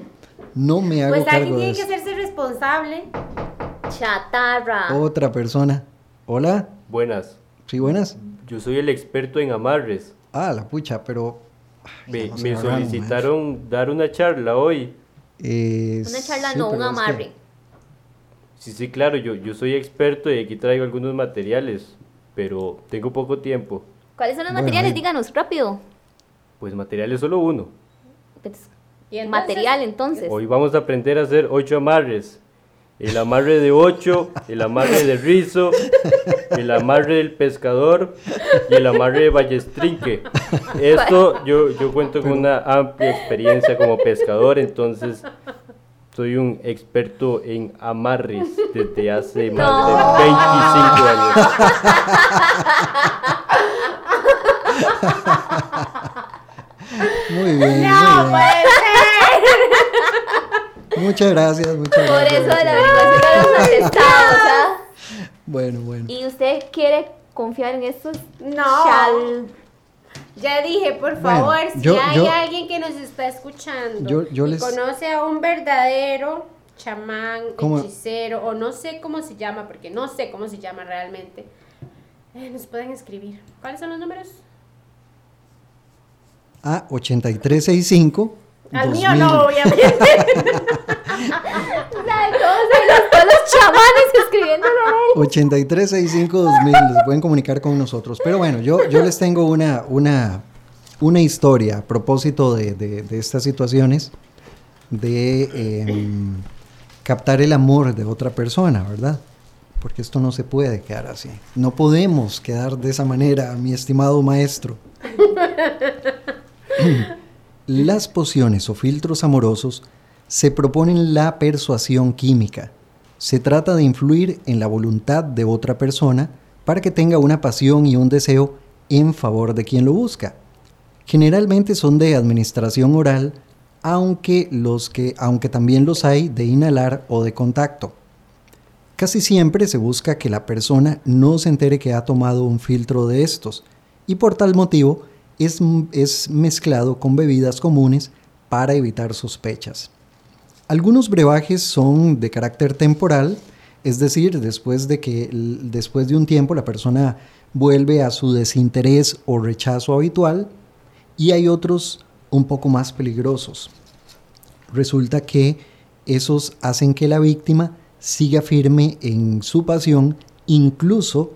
C: No me hago
D: Pues alguien
C: cargo de
D: tiene que
C: esto.
D: hacerse responsable.
F: Mm. Chatarra.
C: Otra persona. Hola,
E: Buenas.
C: sí, buenas.
E: Yo soy el experto en amarres.
C: Ah, la pucha, pero. ay,
E: Me,
C: ya nos
E: me
C: agarraron, maestro.
E: solicitaron dar una charla hoy.
C: Eh,
F: Una charla,
C: sí,
F: no, un
C: pero es que-
F: amarre.
E: Sí, sí, claro, yo, yo soy experto y aquí traigo algunos materiales, pero tengo poco tiempo.
F: ¿Cuáles son los
C: Bueno,
F: materiales?
C: ahí-
F: Díganos, rápido.
E: Pues materiales solo uno.
F: Pues,
D: Y entonces-
F: Material, entonces.
E: Hoy vamos a aprender a hacer ocho amarres. El amarre de ocho, el amarre de rizo, el amarre del pescador y el amarre de ballestrinque. Esto yo, yo cuento con una amplia experiencia como pescador, entonces soy un experto en amarres desde hace más de 25 años.
C: Muy bien.
D: No,
C: muy bien.
D: pues, puede ser.
C: Muchas gracias, muchas
F: [LAUGHS] Por
C: gracias.
F: eso la
C: muchas
F: averiguación de los atestados, ¿ah?
C: gracias. Bueno, bueno.
F: Y usted quiere confiar en estos
D: No.
F: chal-
D: Ya dije, por
C: Bueno,
D: favor, si
C: yo-
D: hay
C: yo-
D: alguien que nos está escuchando
C: Yo- yo
D: y
C: les-
D: conoce a un verdadero chamán,
C: ¿Cómo?
D: hechicero, o no sé cómo se llama, porque no sé cómo se llama realmente, eh, nos pueden escribir. ¿Cuáles son los números?
C: A 8365.
D: Al mío no, obviamente.
F: ¿Sabe cómo son los, todos los chamanes escribiéndolo a él?
C: 8365-2000, les pueden comunicar con nosotros. Pero bueno, yo, yo les tengo una, una, una historia a propósito de, de- de estas situaciones de em, captar el amor de otra persona, ¿verdad? Porque esto no se puede quedar así. No podemos quedar de esa manera, mi estimado maestro. Las pociones o filtros amorosos se proponen la persuasión química. Se trata de influir en la voluntad de otra persona para que tenga una pasión y un deseo en favor de quien lo busca. Generalmente son de administración oral, aunque, los que, aunque también los hay de inhalar o de contacto. Casi siempre se busca que la persona no se entere que ha tomado un filtro de estos y por tal motivo es, m- es mezclado con bebidas comunes para evitar sospechas. Algunos brebajes son de carácter temporal, es decir, después de que l- después de un tiempo la persona vuelve a su desinterés o rechazo habitual y hay otros un poco más peligrosos resulta que esos hacen que la víctima siga firme en su pasión, incluso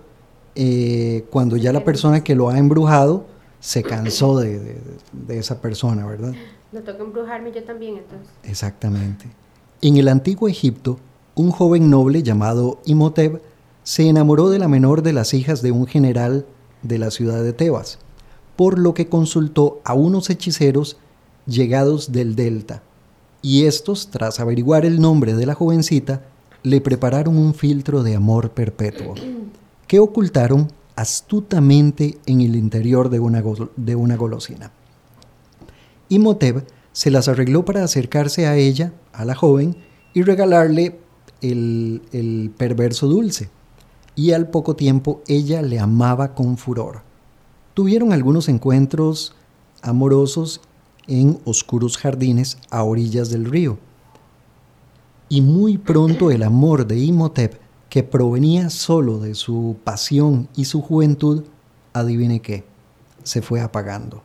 C: eh, cuando ya la persona que lo ha embrujado se cansó de, de- de esa persona, ¿verdad?
D: No toca embrujarme yo también, entonces.
C: Exactamente. En el antiguo Egipto, un joven noble llamado Imhotep se enamoró de la menor de las hijas de un general de la ciudad de Tebas, por lo que consultó a unos hechiceros llegados del delta, y estos, tras averiguar el nombre de la jovencita, le prepararon un filtro de amor perpetuo, que ocultaron astutamente en el interior de una, gol- de una golosina. Imhotep se las arregló para acercarse a ella, a la joven, y regalarle el, el perverso dulce. Y al poco tiempo ella le amaba con furor. Tuvieron algunos encuentros amorosos en oscuros jardines a orillas del río. Y muy pronto el amor de Imhotep, que provenía solo de su pasión y su juventud, adivine qué, se fue apagando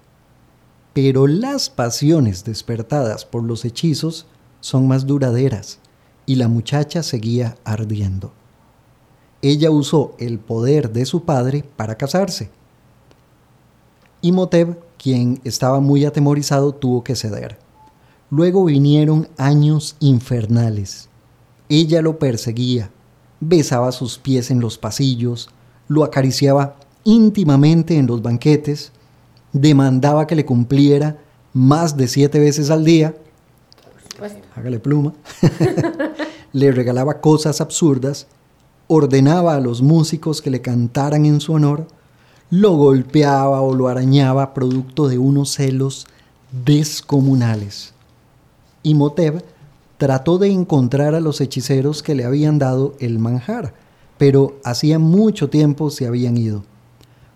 C: pero las pasiones despertadas por los hechizos son más duraderas y la muchacha seguía ardiendo. Ella usó el poder de su padre para casarse. Imhotep, quien estaba muy atemorizado, tuvo que ceder. Luego vinieron años infernales. Ella lo perseguía, besaba sus pies en los pasillos, lo acariciaba íntimamente en los banquetes, demandaba que le cumpliera más de siete veces al día,
D: Pues,
C: hágale pluma, [LAUGHS] le regalaba cosas absurdas, ordenaba a los músicos que le cantaran en su honor, lo golpeaba o lo arañaba producto de unos celos descomunales. Imhotep trató de encontrar a los hechiceros que le habían dado el manjar, pero hacía mucho tiempo se habían ido.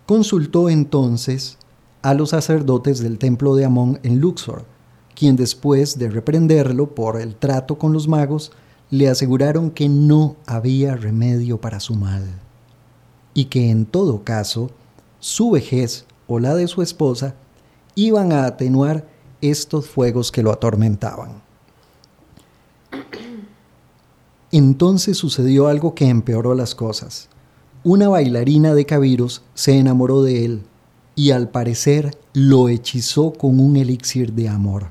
C: Consultó entonces a los sacerdotes del templo de Amón en Luxor, quien después de reprenderlo por el trato con los magos, le aseguraron que no había remedio para su mal y que en todo caso su vejez o la de su esposa iban a atenuar estos fuegos que lo atormentaban. Entonces sucedió algo que empeoró las cosas. Una bailarina de Cabiros se enamoró de él y al parecer lo hechizó con un elixir de amor.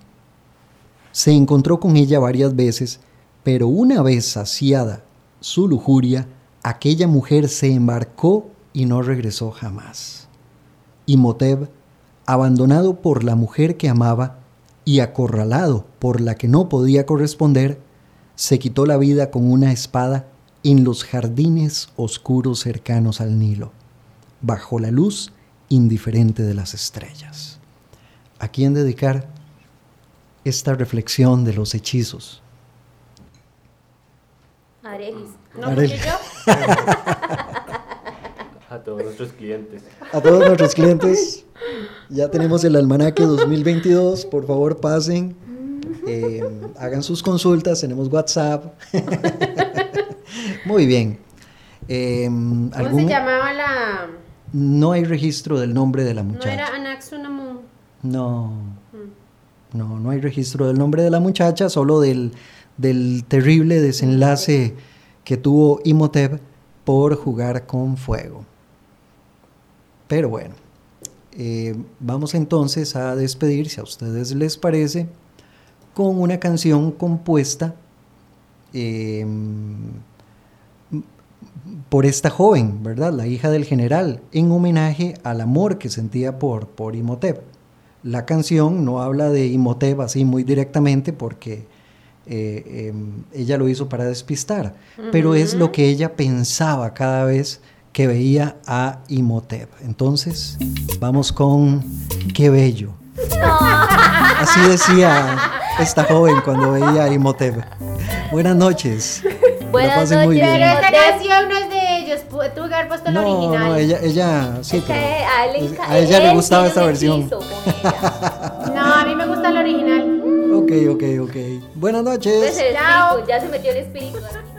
C: Se encontró con ella varias veces, pero una vez saciada su lujuria, aquella mujer se embarcó y no regresó jamás. Imhotep, abandonado por la mujer que amaba y acorralado por la que no podía corresponder, se quitó la vida con una espada en los jardines oscuros cercanos al Nilo, bajo la luz indiferente de las estrellas. a quién dedicar esta reflexión de los hechizos.
F: Arelis.
D: No,
C: Arely.
D: porque yo,
E: A todos nuestros clientes.
C: A todos nuestros clientes, ya tenemos el almanaque 2022, por favor pasen, eh, hagan sus consultas, tenemos WhatsApp. [LAUGHS] Muy bien. Eh,
D: ¿cómo
C: ¿algún-
D: se llamaba la...?
C: No hay registro del nombre de la
D: No era
C: muchacha.
D: Anaxunamun.
C: No, no, no hay registro del nombre de la muchacha, solo del, del terrible desenlace que tuvo Imhotep por jugar con fuego. Pero bueno, eh, vamos entonces a despedir, si a ustedes les parece, con una canción compuesta eh, por esta joven, ¿verdad? La hija del general, en homenaje al amor que sentía por, por Imhotep. La canción no habla de Imhotep así muy directamente porque eh, em, ella lo hizo para despistar, pero es lo que ella pensaba cada vez que veía a Imhotep. Entonces, vamos con qué bello. Así decía esta joven cuando veía a Imhotep. Buenas noches. Que la
F: Buenas
C: pasen muy
F: noches.
C: bien.
D: Pero esa
F: Imhotep.
D: canción no es de ellos, pu- tuve que haber puesto la
C: No,
D: original.
C: no, ella, ella sí,
F: Es que
C: pero
F: a, él le enca-
C: a ella le
F: él
C: gustaba
F: tiene
C: esta
F: un
C: versión.
F: hechizo con
C: [LAUGHS]
F: ella.
D: No, a mí me gusta la original.
C: Ok, ok, ok. Buenas noches.
F: Entonces el
D: Chao.
C: Pues,
F: espíritu, ya se metió el espíritu. aquí.